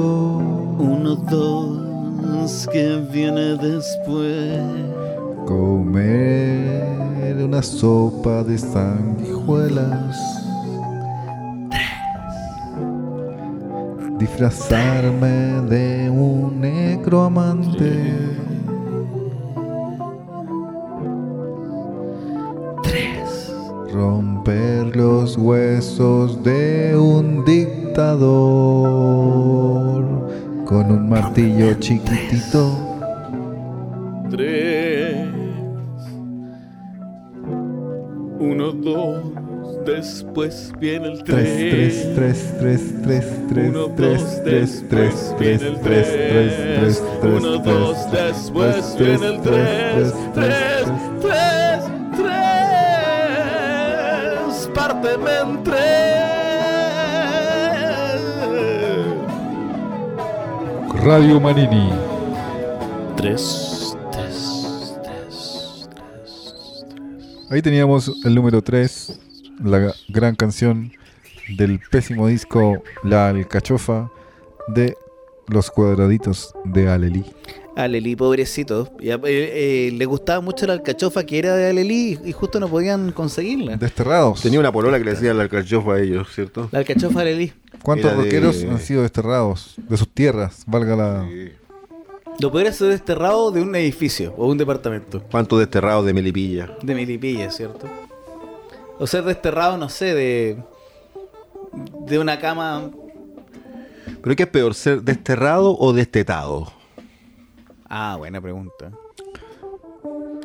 S5: 1, 2. ¿Qué viene después?
S3: Comer una sopa de sanguijuelas. Disfrazarme de un negro amante. Romper los huesos de un dictador con un martillo chiquitito.
S5: 3. 1, 2. Después viene el 3. 1, 2, después viene el 3. 1, 2, después viene el 3. 3, 3, 3. Párteme en 3.
S3: Radio Manini.
S5: 3, 3, 3, 3.
S3: Ahí teníamos el número 3, la gran canción del pésimo disco La Alcachofa de Los Cuadraditos de Alelí.
S5: Alelí, pobrecito. Y a- eh, eh, le gustaba mucho la alcachofa que era de Alelí y justo no podían conseguirla.
S3: Desterrados.
S4: Tenía una polola que le decía la alcachofa a ellos, ¿cierto?
S5: La alcachofa de Alelí.
S3: ¿Cuántos
S4: Era de-
S3: rockeros han sido desterrados de sus tierras? Valga la.
S5: Lo peor es ser desterrado de un edificio o un departamento.
S4: ¿Cuántos desterrados de Melipilla?
S5: De Melipilla, ¿cierto? O ser desterrado, no sé, de. de una cama.
S4: ¿Pero qué es peor, ser desterrado o destetado?
S5: Ah, buena pregunta.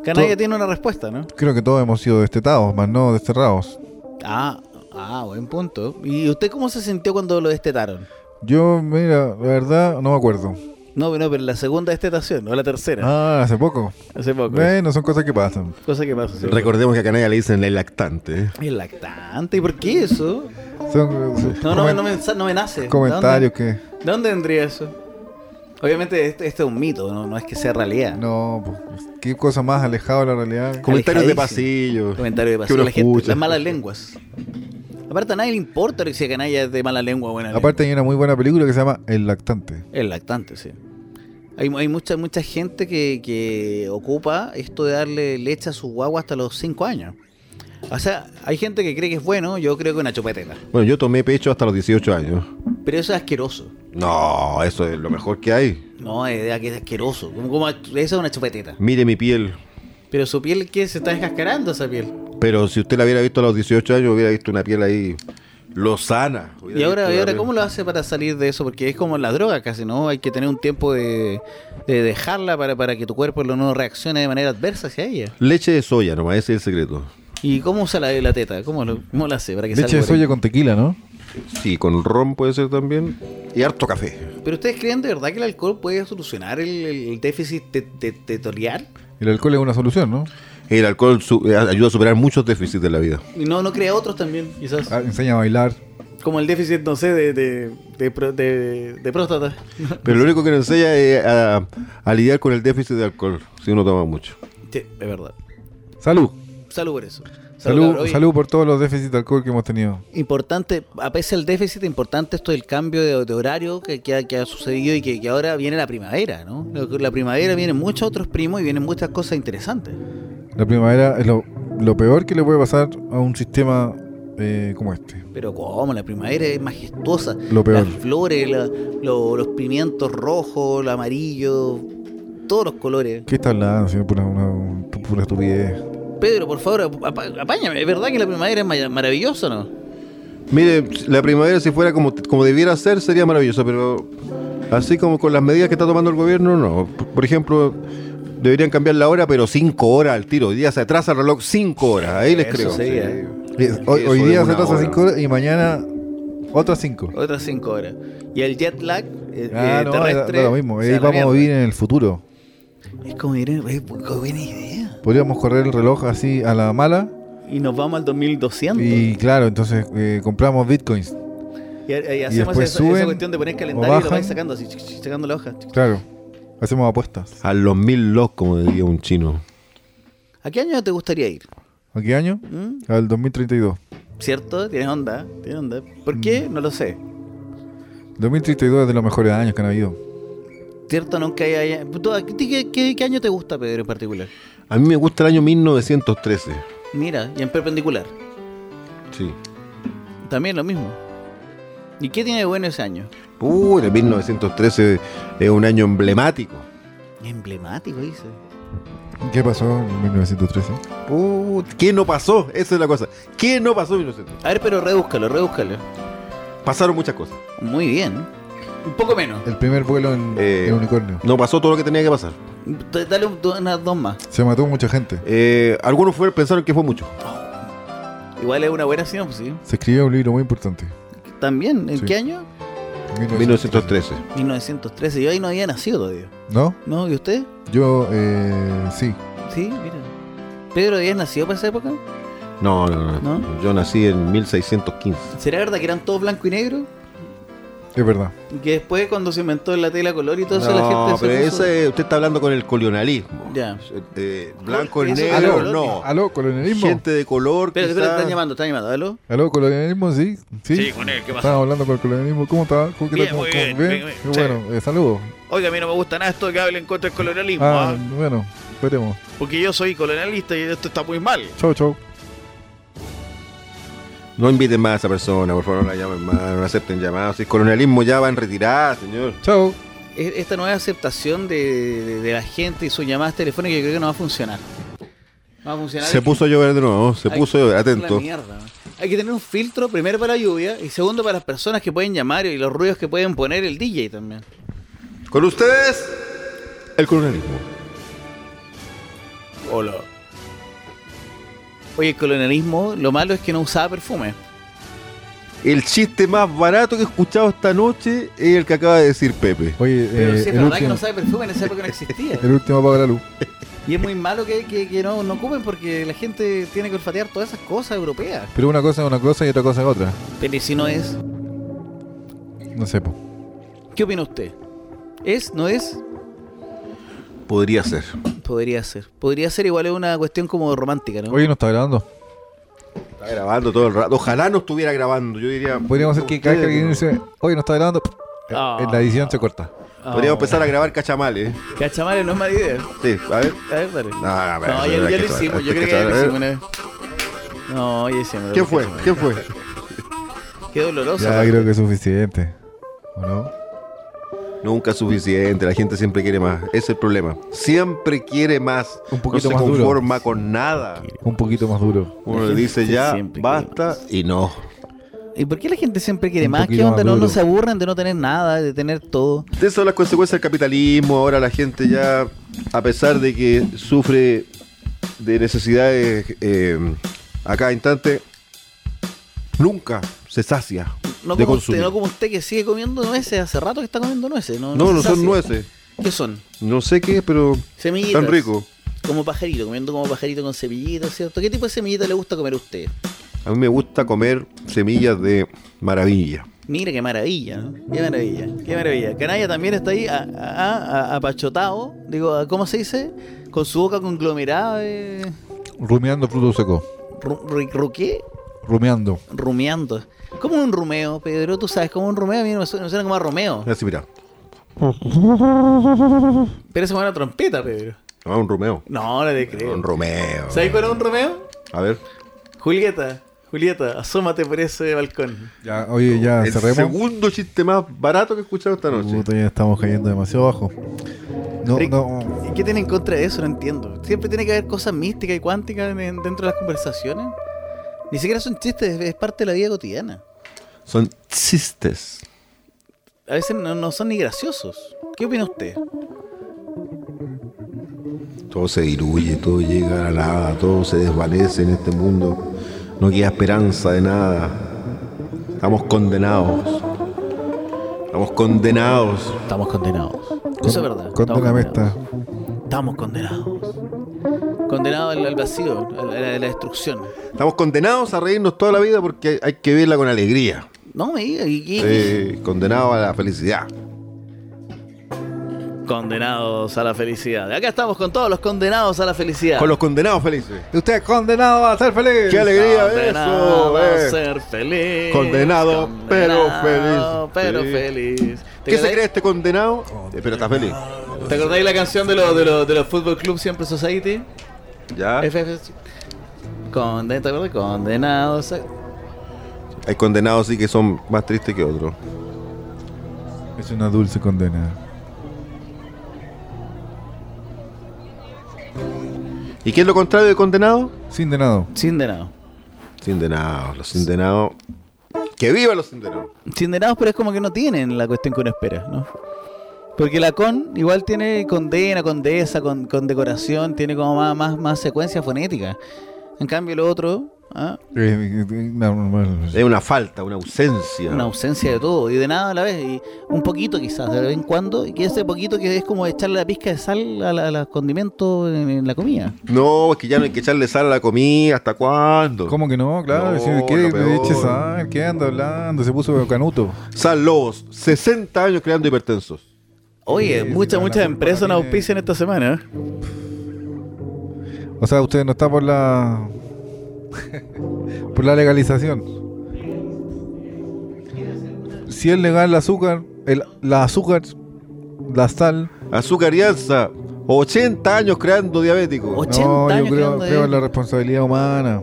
S5: Canalla
S3: Tú-
S5: tiene una respuesta, ¿no?
S3: Creo que todos hemos sido destetados, más no desterrados.
S5: Ah, ah, buen punto. ¿Y usted cómo se sintió cuando lo destetaron?
S3: Yo, mira, la verdad, no me acuerdo.
S5: No, no, pero la segunda destetación, o la tercera.
S3: Ah, hace poco.
S5: Hace poco.
S3: Bueno, son cosas que pasan.
S5: Cosa que pasa. sí.
S4: Recordemos que a Canalla le dicen el lactante. ¿eh?
S5: El lactante, ¿y por qué eso?
S3: Son, son
S5: No, no,
S3: comen-
S5: no, me, no me nace. ¿De
S3: comentarios
S5: dónde-
S3: que.
S5: ¿De dónde vendría eso? Obviamente este, este es un mito, no, no es que sea realidad.
S3: No, pues, qué cosa más alejada de la realidad.
S4: Comentarios de
S5: Alejadísimo.
S4: pasillo.
S5: Comentario de
S4: Que
S5: pasillo.
S4: uno
S5: La gente,
S4: escucha.
S5: las malas lenguas. Aparte a nadie le importa si a canalla es de mala lengua o buena
S3: Aparte hay una muy buena película que se llama El Lactante.
S5: lengua. El lactante, sí. Hay, hay mucha mucha gente que, que ocupa esto de darle leche a su guagua hasta los 5 años. O sea, hay gente que cree que es bueno, yo creo que una chupeteta.
S4: Bueno, yo tomé pecho hasta los 18 años.
S5: Pero eso es asqueroso.
S4: No, eso es lo mejor que hay.
S5: No, es, es asqueroso. Como, como- eso es una chupeteta.
S4: Mire mi piel.
S5: Pero su piel, ¿qué? Se está descascarando esa piel.
S4: Pero si usted la hubiera visto a los 18 años, hubiera visto una piel ahí lozana. Hubiera
S5: Y ahora,
S4: visto
S5: y
S4: la
S5: ahora
S4: piel.
S5: ¿cómo lo hace para salir de eso? Porque es como la droga casi, ¿no? Hay que tener un tiempo de, de dejarla para, para que tu cuerpo lo no reaccione de manera adversa hacia ella.
S4: Leche de soya, nomás, ese es el secreto.
S5: ¿Y cómo usa la, la teta? ¿Cómo, lo, ¿Cómo la hace para que
S3: Leche
S5: salga
S3: de
S5: por ahí?
S3: soya con tequila, ¿no?
S4: Sí, con ron puede ser también. Y harto café.
S5: ¿Pero ustedes creen de verdad que el alcohol puede solucionar el, el déficit te- te- tetorial?
S3: El alcohol es una solución, ¿no?
S4: El alcohol su- eh, ayuda a superar muchos déficits de la vida.
S5: Y no, no crea otros también, quizás.
S3: Ah, enseña a bailar.
S5: Como el déficit, no sé, de, de, de, pro- de- de próstata.
S4: Pero lo único que nos enseña es a, a lidiar con el déficit de alcohol, si uno toma mucho.
S5: Sí, es verdad.
S3: Salud.
S5: Salud por eso. Salud,
S3: Salud,
S5: cabrón. Oye,
S3: salud por todos los déficits de alcohol que hemos tenido.
S5: Importante, a pesar del déficit, importante esto del cambio de, de horario que, que ha, que ha sucedido y que, que ahora viene la primavera, ¿no? Lo que- La primavera vienen muchos otros primos y vienen muchas cosas interesantes.
S3: La primavera es lo, lo peor que le puede pasar a un sistema eh, como este.
S5: Pero cómo, la primavera es majestuosa.
S3: Lo peor.
S5: Las flores, la- lo- los pimientos rojos, el amarillo, todos los colores.
S3: ¿Qué está hablando, señor? Pura, una- pura estupidez.
S5: Pedro, por favor, apa- apáñame. ¿Es verdad que la primavera es ma- maravillosa o no?
S4: Mire, la primavera si fuera como, como debiera ser sería maravilloso, pero así como con las medidas que está tomando el gobierno, no. Por ejemplo, deberían cambiar la hora, pero cinco horas al tiro. Hoy día se atrasa el reloj cinco horas, ahí les
S5: Eso
S4: creo.
S5: sería.
S3: Eh, Hoy,
S4: Eso
S3: hoy
S4: de
S3: día se
S4: una
S3: tasa
S4: hora.
S3: 5 horas y mañana otras 5.
S5: Otras cinco horas. Y el jet lag eh,
S3: Ah,
S5: eh,
S3: no, da- da
S5: terrestre.
S3: lo mismo.
S5: se
S3: Ahí
S5: va la
S3: vamos a
S5: mierda.
S3: vivir en el futuro.
S5: Es como ir, es como buena idea.
S3: Podríamos correr el reloj así a la mala.
S5: Y nos vamos al 2200. Y,
S3: Y claro, entonces eh, compramos bitcoins.
S5: y hacemos
S3: después
S5: esa,
S3: suben
S5: esa cuestión de poner
S3: o
S5: calendario y lo
S3: bajan.
S5: vais sacando así, ch- ch- sacando la hoja.
S3: Claro. Hacemos apuestas.
S4: A los mil los, como diría un chino.
S5: ¿A qué año te gustaría ir?
S3: ¿A qué año?
S5: ¿Mm?
S3: Al 2032.
S5: ¿Cierto? Tienes onda, tienes onda. ¿Por qué?
S3: Mm.
S5: No lo sé.
S3: 2032 es de los mejores años que han habido.
S5: ¿Cierto? Nunca hay... hay- ¿Tú a ti ¿Qué, qué, qué año te gusta, Pedro, en particular?
S4: A mí me gusta el año 1913.
S5: Mira, y en perpendicular.
S4: Sí.
S5: También lo mismo. ¿Y qué tiene de bueno ese año?
S4: Uh, el 1913 es un año emblemático.
S5: Emblemático, dice.
S3: ¿Qué pasó en 1913?
S4: Uh, ¿Qué no pasó? Esa es la cosa. ¿Qué no pasó en 1913?
S5: A ver, pero rebúscalo, rebúscalo.
S4: Pasaron muchas cosas.
S5: Muy bien. Un poco menos.
S3: El primer vuelo en
S4: Eh,
S3: en unicornio.
S4: No pasó todo lo que tenía que pasar.
S3: Eh.
S5: D- Dale un- do- unas dos más.
S3: Se mató mucha gente.
S4: Eh, algunos fueron, pensaron que fue mucho.
S5: Igual es una buena sinopsis.
S3: Se escribió un libro muy importante.
S5: También, ¿en
S3: Sí.
S5: qué año?
S4: 1913.
S5: 1913. Yo ahí no había nacido todavía.
S3: ¿No?
S5: ¿No? ¿Y usted?
S3: Yo, eh, sí.
S5: Sí, mira. ¿Pedro habías nacido para esa época?
S4: No, no, no,
S5: ¿No?
S4: Yo nací en 1615.
S5: ¿Será verdad que eran todos blanco y negro?
S3: Es verdad.
S5: Y que después cuando se inventó la tela color y todo eso, la
S4: no,
S5: gente
S4: pero
S5: se puso-
S4: ese, usted está hablando con el colonialismo.
S5: Ya.
S4: Eh, eh, blanco y
S5: Eso es
S4: negro,
S5: color.
S4: no.
S3: ¿Aló, colonialismo?
S4: Gente de color,
S5: Espera, espera,
S4: quizá.
S5: están llamando, están llamando, ¿aló?
S3: ¿Aló, colonialismo? Sí. Sí,
S5: con él, ¿qué
S3: Estaba hablando con el colonialismo. ¿Cómo está? ¿Cómo qué
S5: Bien,
S3: tal? ¿Cómo-
S5: muy
S3: cómo-
S5: bien, bien, bien.
S3: Qué
S5: Sí.
S3: bueno. Eh, saludos.
S5: Oiga, a mí no me gusta nada esto que hablen contra el colonialismo,
S3: Ah, bueno. Veremos.
S5: porque yo soy colonialista y esto está muy mal.
S3: Chau, chau.
S4: No inviten más a esa persona, por favor, no la llamen más, no acepten llamados. El colonialismo ya va en retirada, señor.
S3: Chau.
S5: E, Esta nueva aceptación de, de- de la gente y sus llamadas telefónicas, yo creo que no va a funcionar. No va a funcionar.
S4: Se puso a llover de nuevo, se
S5: Hay-
S4: puso a llover,
S5: La
S4: atento.
S5: mierda. Hay que tener un filtro, primero para la lluvia y segundo para las personas que pueden llamar y los ruidos que pueden poner el DJ también.
S4: Con ustedes, el colonialismo.
S5: Hola. Oye, el colonialismo, lo malo es que no usaba
S4: Eh,
S5: perfume.
S4: El chiste más barato que he escuchado esta noche es el que acaba de decir Pepe.
S3: Oye,
S5: Pero
S3: eh,
S5: si es
S3: el,
S5: verdad que
S3: último,
S5: no usaba perfume, en esa época no existía.
S3: el último apaga la luz.
S5: Y es muy malo que, que- que no, no ocupen porque la gente tiene que olfatear todas esas cosas europeas.
S3: Pero una cosa es una cosa y otra cosa es otra.
S5: Pero ¿y si no es,
S3: No sé, po.
S5: ¿qué opina usted? ¿Es? ¿No es?
S4: Podría ser.
S5: Podría ser. Podría ser igual es una cuestión como romántica, ¿no?
S3: Oye, no está grabando.
S4: Está grabando todo el rato. Ojalá no estuviera grabando, yo diría.
S3: Podríamos hacer que cada vez que alguien
S4: Ustedes,
S3: dice, oye, no está grabando,
S5: Ah.
S3: en la edición se corta.
S4: no. Podríamos empezar a grabar cachamales.
S5: Oh.
S4: ¿eh?
S5: Cachamales no es mala idea.
S4: Sí, a ver.
S5: A ver, dale.
S4: No, a ver,
S5: No,
S4: a ver,
S5: ya, ya lo
S4: que-
S5: hicimos. Yo
S4: que-
S5: creo que ya
S4: a
S5: lo
S4: ver.
S5: hicimos una vez. No, ya hicimos.
S4: ¿Quién fue? ¿Quién fue?
S5: Qué doloroso.
S3: Ya
S5: aparte.
S3: creo que es suficiente. ¿O no?
S4: Nunca es suficiente, la gente siempre quiere más. Ese es el problema. Siempre quiere más.
S3: Un poquito
S4: no
S3: más
S4: se
S3: duro.
S4: conforma con nada.
S3: Un poquito más duro.
S4: Uno
S5: La
S4: le
S5: gente
S4: dice ya,
S5: siempre quiere
S4: basta y no.
S5: ¿Y por qué la gente siempre quiere
S3: Un
S5: más? ¿Qué
S3: poquito
S5: onda?
S3: más
S5: No, no
S3: duro.
S5: se aburren de no tener nada, de tener todo.
S4: Esas son las consecuencias del capitalismo. Ahora la gente ya, a pesar de que sufre de necesidades eh, a cada instante, nunca se sacia
S5: No
S4: de
S5: como,
S4: consumir.
S5: usted, no como usted que sigue comiendo nueces, hace rato que está comiendo nueces. No,
S4: no, no,
S5: se
S4: son
S5: sacia.
S4: nueces.
S5: ¿Qué son?
S4: No sé qué, pero
S5: Semillitas.
S4: tan rico.
S5: Como pajarito, comiendo como pajarito con semillitas, ¿cierto? ¿Qué tipo de semillita le gusta comer a usted?
S4: A mí me gusta comer semillas de maravilla.
S5: Mira qué maravilla, ¿no? Qué maravilla, qué maravilla. Canalla también está ahí a- a- a- apachotado, digo, ¿cómo se dice? Con su boca conglomerada de...
S3: Rumiando fruto seco.
S5: Ru- ru- ru- ¿Qué?
S3: Rumeando.
S5: Rumeando. ¿Cómo un rumeo, Pedro? ¿Tú sabes cómo un rumeo? A mí no me suena, me suena como a Romeo.
S4: Así, mira.
S5: Pero eso me una trompeta, Pedro.
S4: Ah, un Romeo.
S5: No, no le creo.
S4: Un Romeo.
S5: ¿Sabes cuál es un Romeo?
S4: A ver.
S5: Julieta, Julieta, asómate por ese balcón.
S3: Ya, oye, ya
S4: el
S3: Ah, cerremos.
S4: segundo chiste más barato que he escuchado esta noche.
S3: Puta, ya estamos cayendo demasiado bajo. No,
S5: Rick.
S3: no.
S5: ¿Y qué tiene en contra de eso? No entiendo. Siempre tiene que haber cosas místicas y cuánticas en- dentro de las conversaciones. Ni siquiera son chistes, es parte de la vida cotidiana.
S4: Son chistes.
S5: A veces no, no son ni graciosos. ¿Qué opina usted?
S4: Todo se diluye, todo llega a la nada, todo se desvanece en este mundo. No queda esperanza de nada. Estamos condenados. Estamos condenados.
S5: Estamos condenados. Eso es verdad.
S3: Condena
S5: estamos
S3: esta.
S5: condenados. Estamos condenados. Condenados al, al vacío, a la, a la- a la destrucción.
S4: Estamos condenados a reírnos toda la vida porque hay que verla con alegría.
S5: No me diga, ¿y qué?
S4: Eh, condenados a la felicidad.
S5: Condenados a la felicidad. Acá estamos con todos los condenados a la felicidad.
S4: Con los condenados felices.
S3: Usted es condenado a ser feliz.
S4: ¡Qué alegría eso!
S5: Condenado a
S4: eh!
S5: ser feliz.
S4: Condenado, pero
S5: Condenado,
S4: feliz.
S5: pero
S4: Sí.
S5: feliz. ¿Te
S4: ¿Qué se cree
S5: acordáis-
S4: este condenado? Eh, Pero está feliz.
S5: ¿Te acordáis la canción de los de los de los Fútbol Club Siempre Society?
S4: ¿Ya?
S5: FF. Conde- ¿Te acuerdas? Condenados. a-
S4: Hay condenados sí que son más tristes que otros.
S3: Es una dulce condena.
S4: ¿Y qué es lo contrario de condenado?
S3: Sin denado.
S5: Sindenado.
S4: Sindenados, los sindenados. ¡Que viva los sindenados!
S5: Sindenados, pero es como que no tienen la cuestión que uno espera, ¿no? Porque la con igual tiene condena, condesa, con, condecoración, tiene como más, más, más secuencia fonética. En cambio, lo otro, ¿ah?
S3: Eh, eh, no, no, no.
S4: Es una falta, una ausencia.
S5: Una ausencia de todo y de nada a la vez. Y un poquito quizás, de vez en cuando. Y que ese poquito que es como echarle la pizca de sal a la- a los condimentos en, en la comida.
S4: No, es que ya no hay que echarle sal a la comida, ¿hasta cuándo?
S3: ¿Cómo que no? Claro,
S4: No,
S3: si ¿qué
S4: lo
S3: le
S4: peor.
S3: eches a ¿Qué anda hablando? Se puso canuto.
S4: Sal Lobos, 60 años creando hipertensos.
S5: Oye,
S3: Sí,
S5: muchas,
S3: sí, la
S5: muchas
S3: culpa
S5: empresas
S3: la
S5: nos
S3: tiene-
S5: auspician esta semana. ¿eh?
S3: O sea, usted no está por la. por la legalización. Si es legal el azúcar, el, la azúcar, la sal.
S4: Azúcar y alza, 80 años creando diabéticos.
S5: Oye. 80
S3: no,
S5: años
S3: yo creo,
S5: creando
S3: creo en
S5: de-
S3: la responsabilidad humana.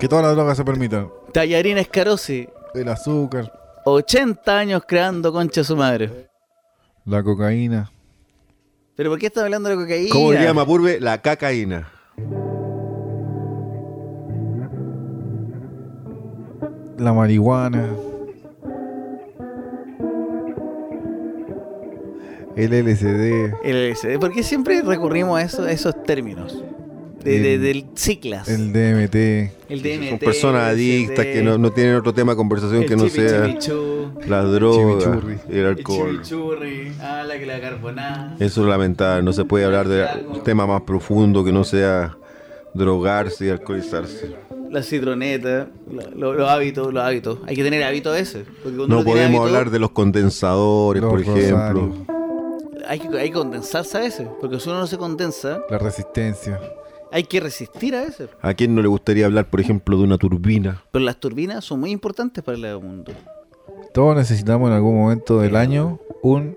S3: Que todas las drogas se permitan.
S5: Tallarines Carosi,
S3: El azúcar,
S5: 80 años creando concha a su madre.
S3: la cocaína.
S5: ¿Pero por qué estás hablando de la cocaína?
S4: ¿Cómo diría Mapurbe? La cacaína.
S3: La marihuana. El LCD.
S5: El LSD. ¿Por qué siempre recurrimos a, eso- a esos términos? De, de-
S3: El-
S5: del ciclas.
S3: El DMT.
S5: el
S4: Son personas adictas que no, no tienen otro tema de conversación que no sea la droga,
S3: Chimichurri.
S4: el alcohol.
S5: chimichurri, ah, la que la carbonada.
S4: Eso es lamentable, no se puede hablar de tema más profundo que no sea drogarse y alcoholizarse.
S5: La citroneta, la- lo- los hábitos, los hábitos. Hay que tener hábitos a veces. Porque cuando
S4: No
S5: uno tiene
S4: podemos
S5: hábitos,
S4: hablar de los condensadores,
S3: Los
S4: por ejemplo.
S3: rosarios.
S5: Hay que, hay que condensarse a veces. Porque si uno no se condensa,
S3: La resistencia.
S5: hay que resistir a veces.
S4: ¿A quién no le gustaría hablar, por ejemplo, de una turbina?
S5: Pero las turbinas son muy importantes para el mundo.
S3: Todos necesitamos en algún momento del año un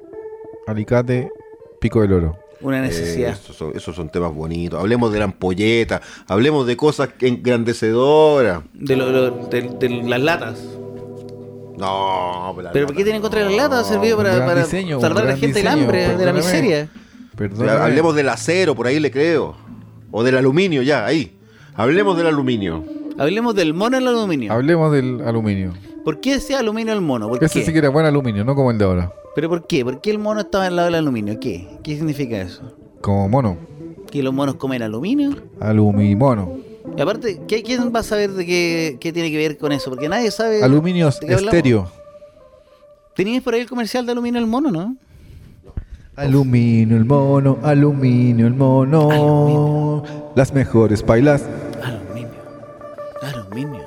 S3: alicate pico del oro.
S5: Una
S4: Eh,
S5: necesidad.
S4: esos, son, esos son temas bonitos. Hablemos de la ampolleta, hablemos de cosas engrandecedoras.
S5: De, lo- lo- de- de las latas.
S4: No, pero, la
S5: ¿Pero por qué
S4: lata
S5: tienen contra las latas? Ha servido
S3: un
S5: para,
S3: gran
S5: para
S3: diseño, un
S5: salvar a la
S3: gran
S5: gente del
S3: diseño,
S5: hambre, de la
S3: perdóname.
S5: miseria.
S4: no.
S3: Perdón.
S4: Ya, hablemos del acero, por ahí le creo. O del aluminio, ya, ahí. Hablemos del aluminio.
S5: Hablemos del mono al aluminio.
S3: Hablemos del aluminio.
S5: ¿Por qué decía aluminio el mono? ¿Por
S3: Ese
S5: qué?
S3: sí que era buen aluminio, no como el de ahora.
S5: ¿Pero por qué? ¿Por qué el mono estaba al lado del aluminio? ¿Qué? ¿Qué significa eso?
S3: Como mono.
S5: ¿Que los monos comen aluminio?
S3: Alumimono.
S5: Y aparte, ¿qué- ¿quién va a saber de qué, qué tiene que ver con eso? Porque nadie sabe.
S3: Aluminios
S5: Eh, ¿de qué hablamos?
S3: estéreo.
S5: Tenías por ahí el comercial de aluminio el mono, ¿no?
S3: Aluminio el mono, aluminio el mono. Las mejores pailas.
S5: Aluminio. Aluminio.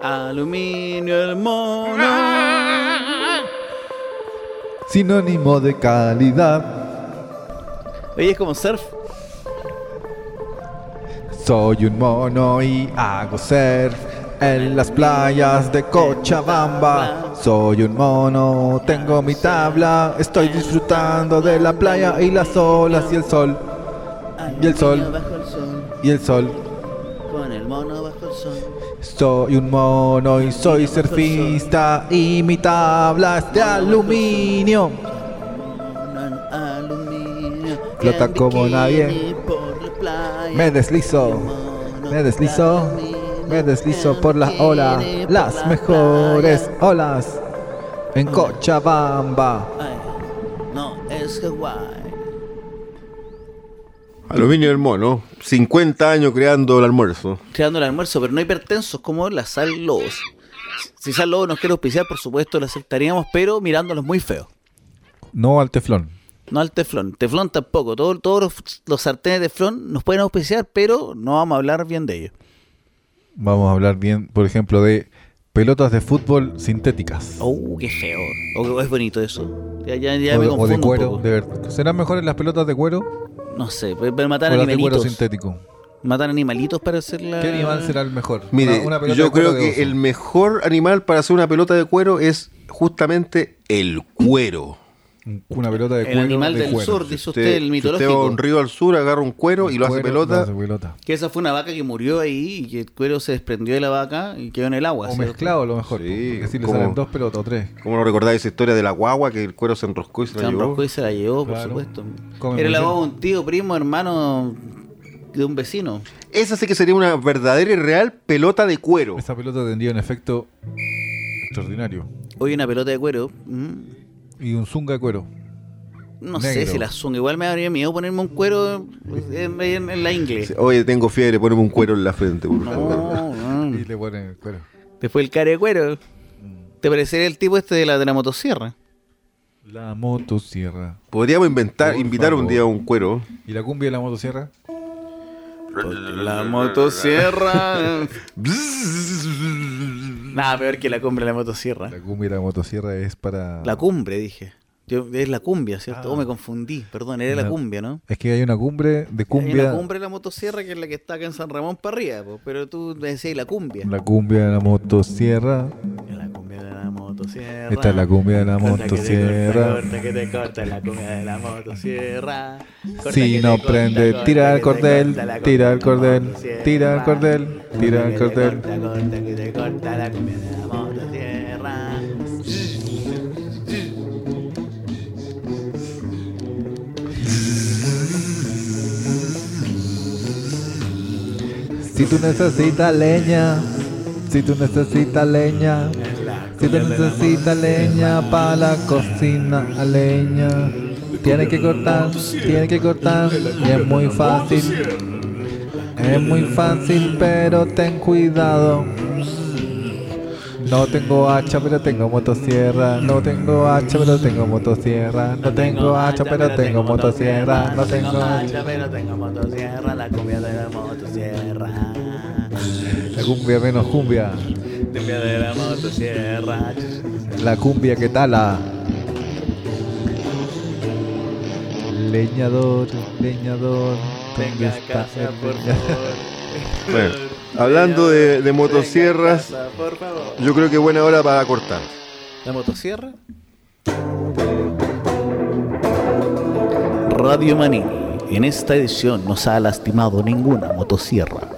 S5: Aluminio el mono.
S3: Sinónimo de calidad.
S5: Oye, es como surf.
S3: Soy un mono y hago surf en las playas de Cochabamba. Soy un mono, tengo mi tabla. Estoy disfrutando de la playa y las olas y el sol. Y el sol.
S6: Bajo el sol,
S3: Y el sol.
S6: con el mono bajo el sol.
S3: Soy un mono y soy surfista y mi tabla es de aluminio.
S6: Mono en aluminio.
S3: Flota
S6: en
S3: como
S6: bikini
S3: nadie.
S6: Por la playa.
S3: Me deslizo, me deslizo, me deslizo por las olas, las mejores olas en Cochabamba.
S6: Ay, no es Hawái.
S1: Aluminio del mono. 50 años creando el almuerzo.
S5: creando el almuerzo, pero no hipertensos como la sal lobos. Si sal lobos nos quiere auspiciar, por supuesto, lo aceptaríamos, pero mirándolos muy feos.
S3: No al teflón.
S5: No al teflón, teflón tampoco. Todo- todos los, los sartenes de teflón nos pueden auspiciar, pero no vamos a hablar bien de ellos.
S3: Vamos a hablar bien, por ejemplo, de pelotas de fútbol sintéticas.
S5: Oh, qué feo. Oh, es bonito eso. Ya, ya, ya
S3: o,
S5: me
S3: de- o
S5: confundo
S3: de
S5: un
S3: cuero.
S5: poco.
S3: de ver- ¿Serán mejores las pelotas de cuero
S5: No sé, pues, pero
S3: o
S5: matar
S3: las de cuero
S5: animalitos.
S3: sintético?
S5: Matar animalitos para hacer la.
S3: ¿Qué animal será el mejor?
S1: Mire,
S3: Una- una pelota de
S1: yo
S3: cuero
S1: creo
S3: de
S1: que
S3: oso.
S1: el mejor animal para hacer una pelota de cuero es justamente el cuero.
S3: Una pelota de
S5: El
S3: cuero
S5: animal
S3: de
S5: del
S3: cuero.
S5: sur, dice usted, el
S1: si usted va a
S5: mitológico.
S1: un río al sur, agarra un cuero y lo hace
S3: Cuero,
S1: pelota.
S3: lo hace pelota.
S5: Que esa fue una vaca que murió ahí y que el cuero se desprendió de la vaca y quedó en el agua.
S3: O
S5: ¿sí?
S3: mezclado a lo mejor.
S1: Sí,
S3: porque si le
S1: como-
S3: salen dos pelotas o tres.
S1: ¿Cómo no recordáis esa historia de la guagua que el cuero se enroscó y se
S5: Se
S1: la llevó?
S5: enroscó y se la llevó, por
S3: Claro.
S5: supuesto.
S3: Come
S5: Era la
S3: muy
S5: voz de un tío, primo, hermano de un vecino.
S1: Esa sí que sería una verdadera y real pelota de cuero.
S3: Esa pelota tendría un efecto extraordinario.
S5: Hoy una pelota de cuero. mm,
S3: Y un zunga de cuero.
S5: No sé
S3: Negro.
S5: si la zunga. Igual me habría miedo ponerme un cuero en, en- en la ingle.
S1: Oye, tengo fiebre, poneme un cuero en la frente, por favor.
S5: No,
S3: Y
S5: no.
S3: le ponen el cuero.
S5: Después el care de cuero. ¿Te parecería el tipo este de la, de la motosierra?
S3: La motosierra.
S1: Podríamos inventar,
S3: Por
S1: invitar
S3: favor.
S1: un día a un cuero.
S3: ¿Y la cumbia de la motosierra?
S5: La motosierra. Nada, peor que la cumbre de la motosierra.
S3: La cumbia de la motosierra es para...
S5: La cumbre, dije. Yo, es la cumbia, ¿cierto?
S3: Ah.
S5: Oh, me confundí, perdón, era la
S3: No.
S5: cumbia, ¿no?
S3: Es que hay una cumbre de
S5: Hay
S3: cumbia.
S5: una cumbre de la motosierra que es la que está acá en San Ramón para arriba, po, pero tú me decías la cumbia.
S3: La cumbia de la motosierra.
S5: La cumbia de la motosierra.
S3: Esta es la cumbia de la motosierra.
S5: Corta que te corta, la cumbia de la motosierra.
S3: Si no prende, tira el cordel, tira el cordel, tira el cordel, tira el cordel.
S5: Corta que te corta la cumbia de la motosierra.
S3: Si tú necesitas leña, si tú necesitas leña, si tú necesitas leña para la cocina, a leña. Tienes que cortar, tienes que cortar, y es muy fácil. Es muy fácil, pero ten cuidado. No tengo hacha, pero tengo motosierra. No tengo hacha, pero tengo motosierra. No tengo hacha, pero tengo motosierra. No tengo hacha.
S5: pero tengo motosierra. La cumbia de la motosierra.
S3: La cumbia menos cumbia.
S5: Cumbia de la motosierra.
S3: La cumbia que tala. Leñador, leñador, ¿dónde
S5: Venga a
S3: está
S5: casa,
S3: el
S5: por
S3: leña-
S5: favor.
S1: Bueno, hablando de, de motosierras,
S5: Venga a casa, por favor.
S1: yo creo que buena hora para cortar.
S5: ¿La motosierra? Radio Manini, en esta edición nos ha lastimado ninguna motosierra.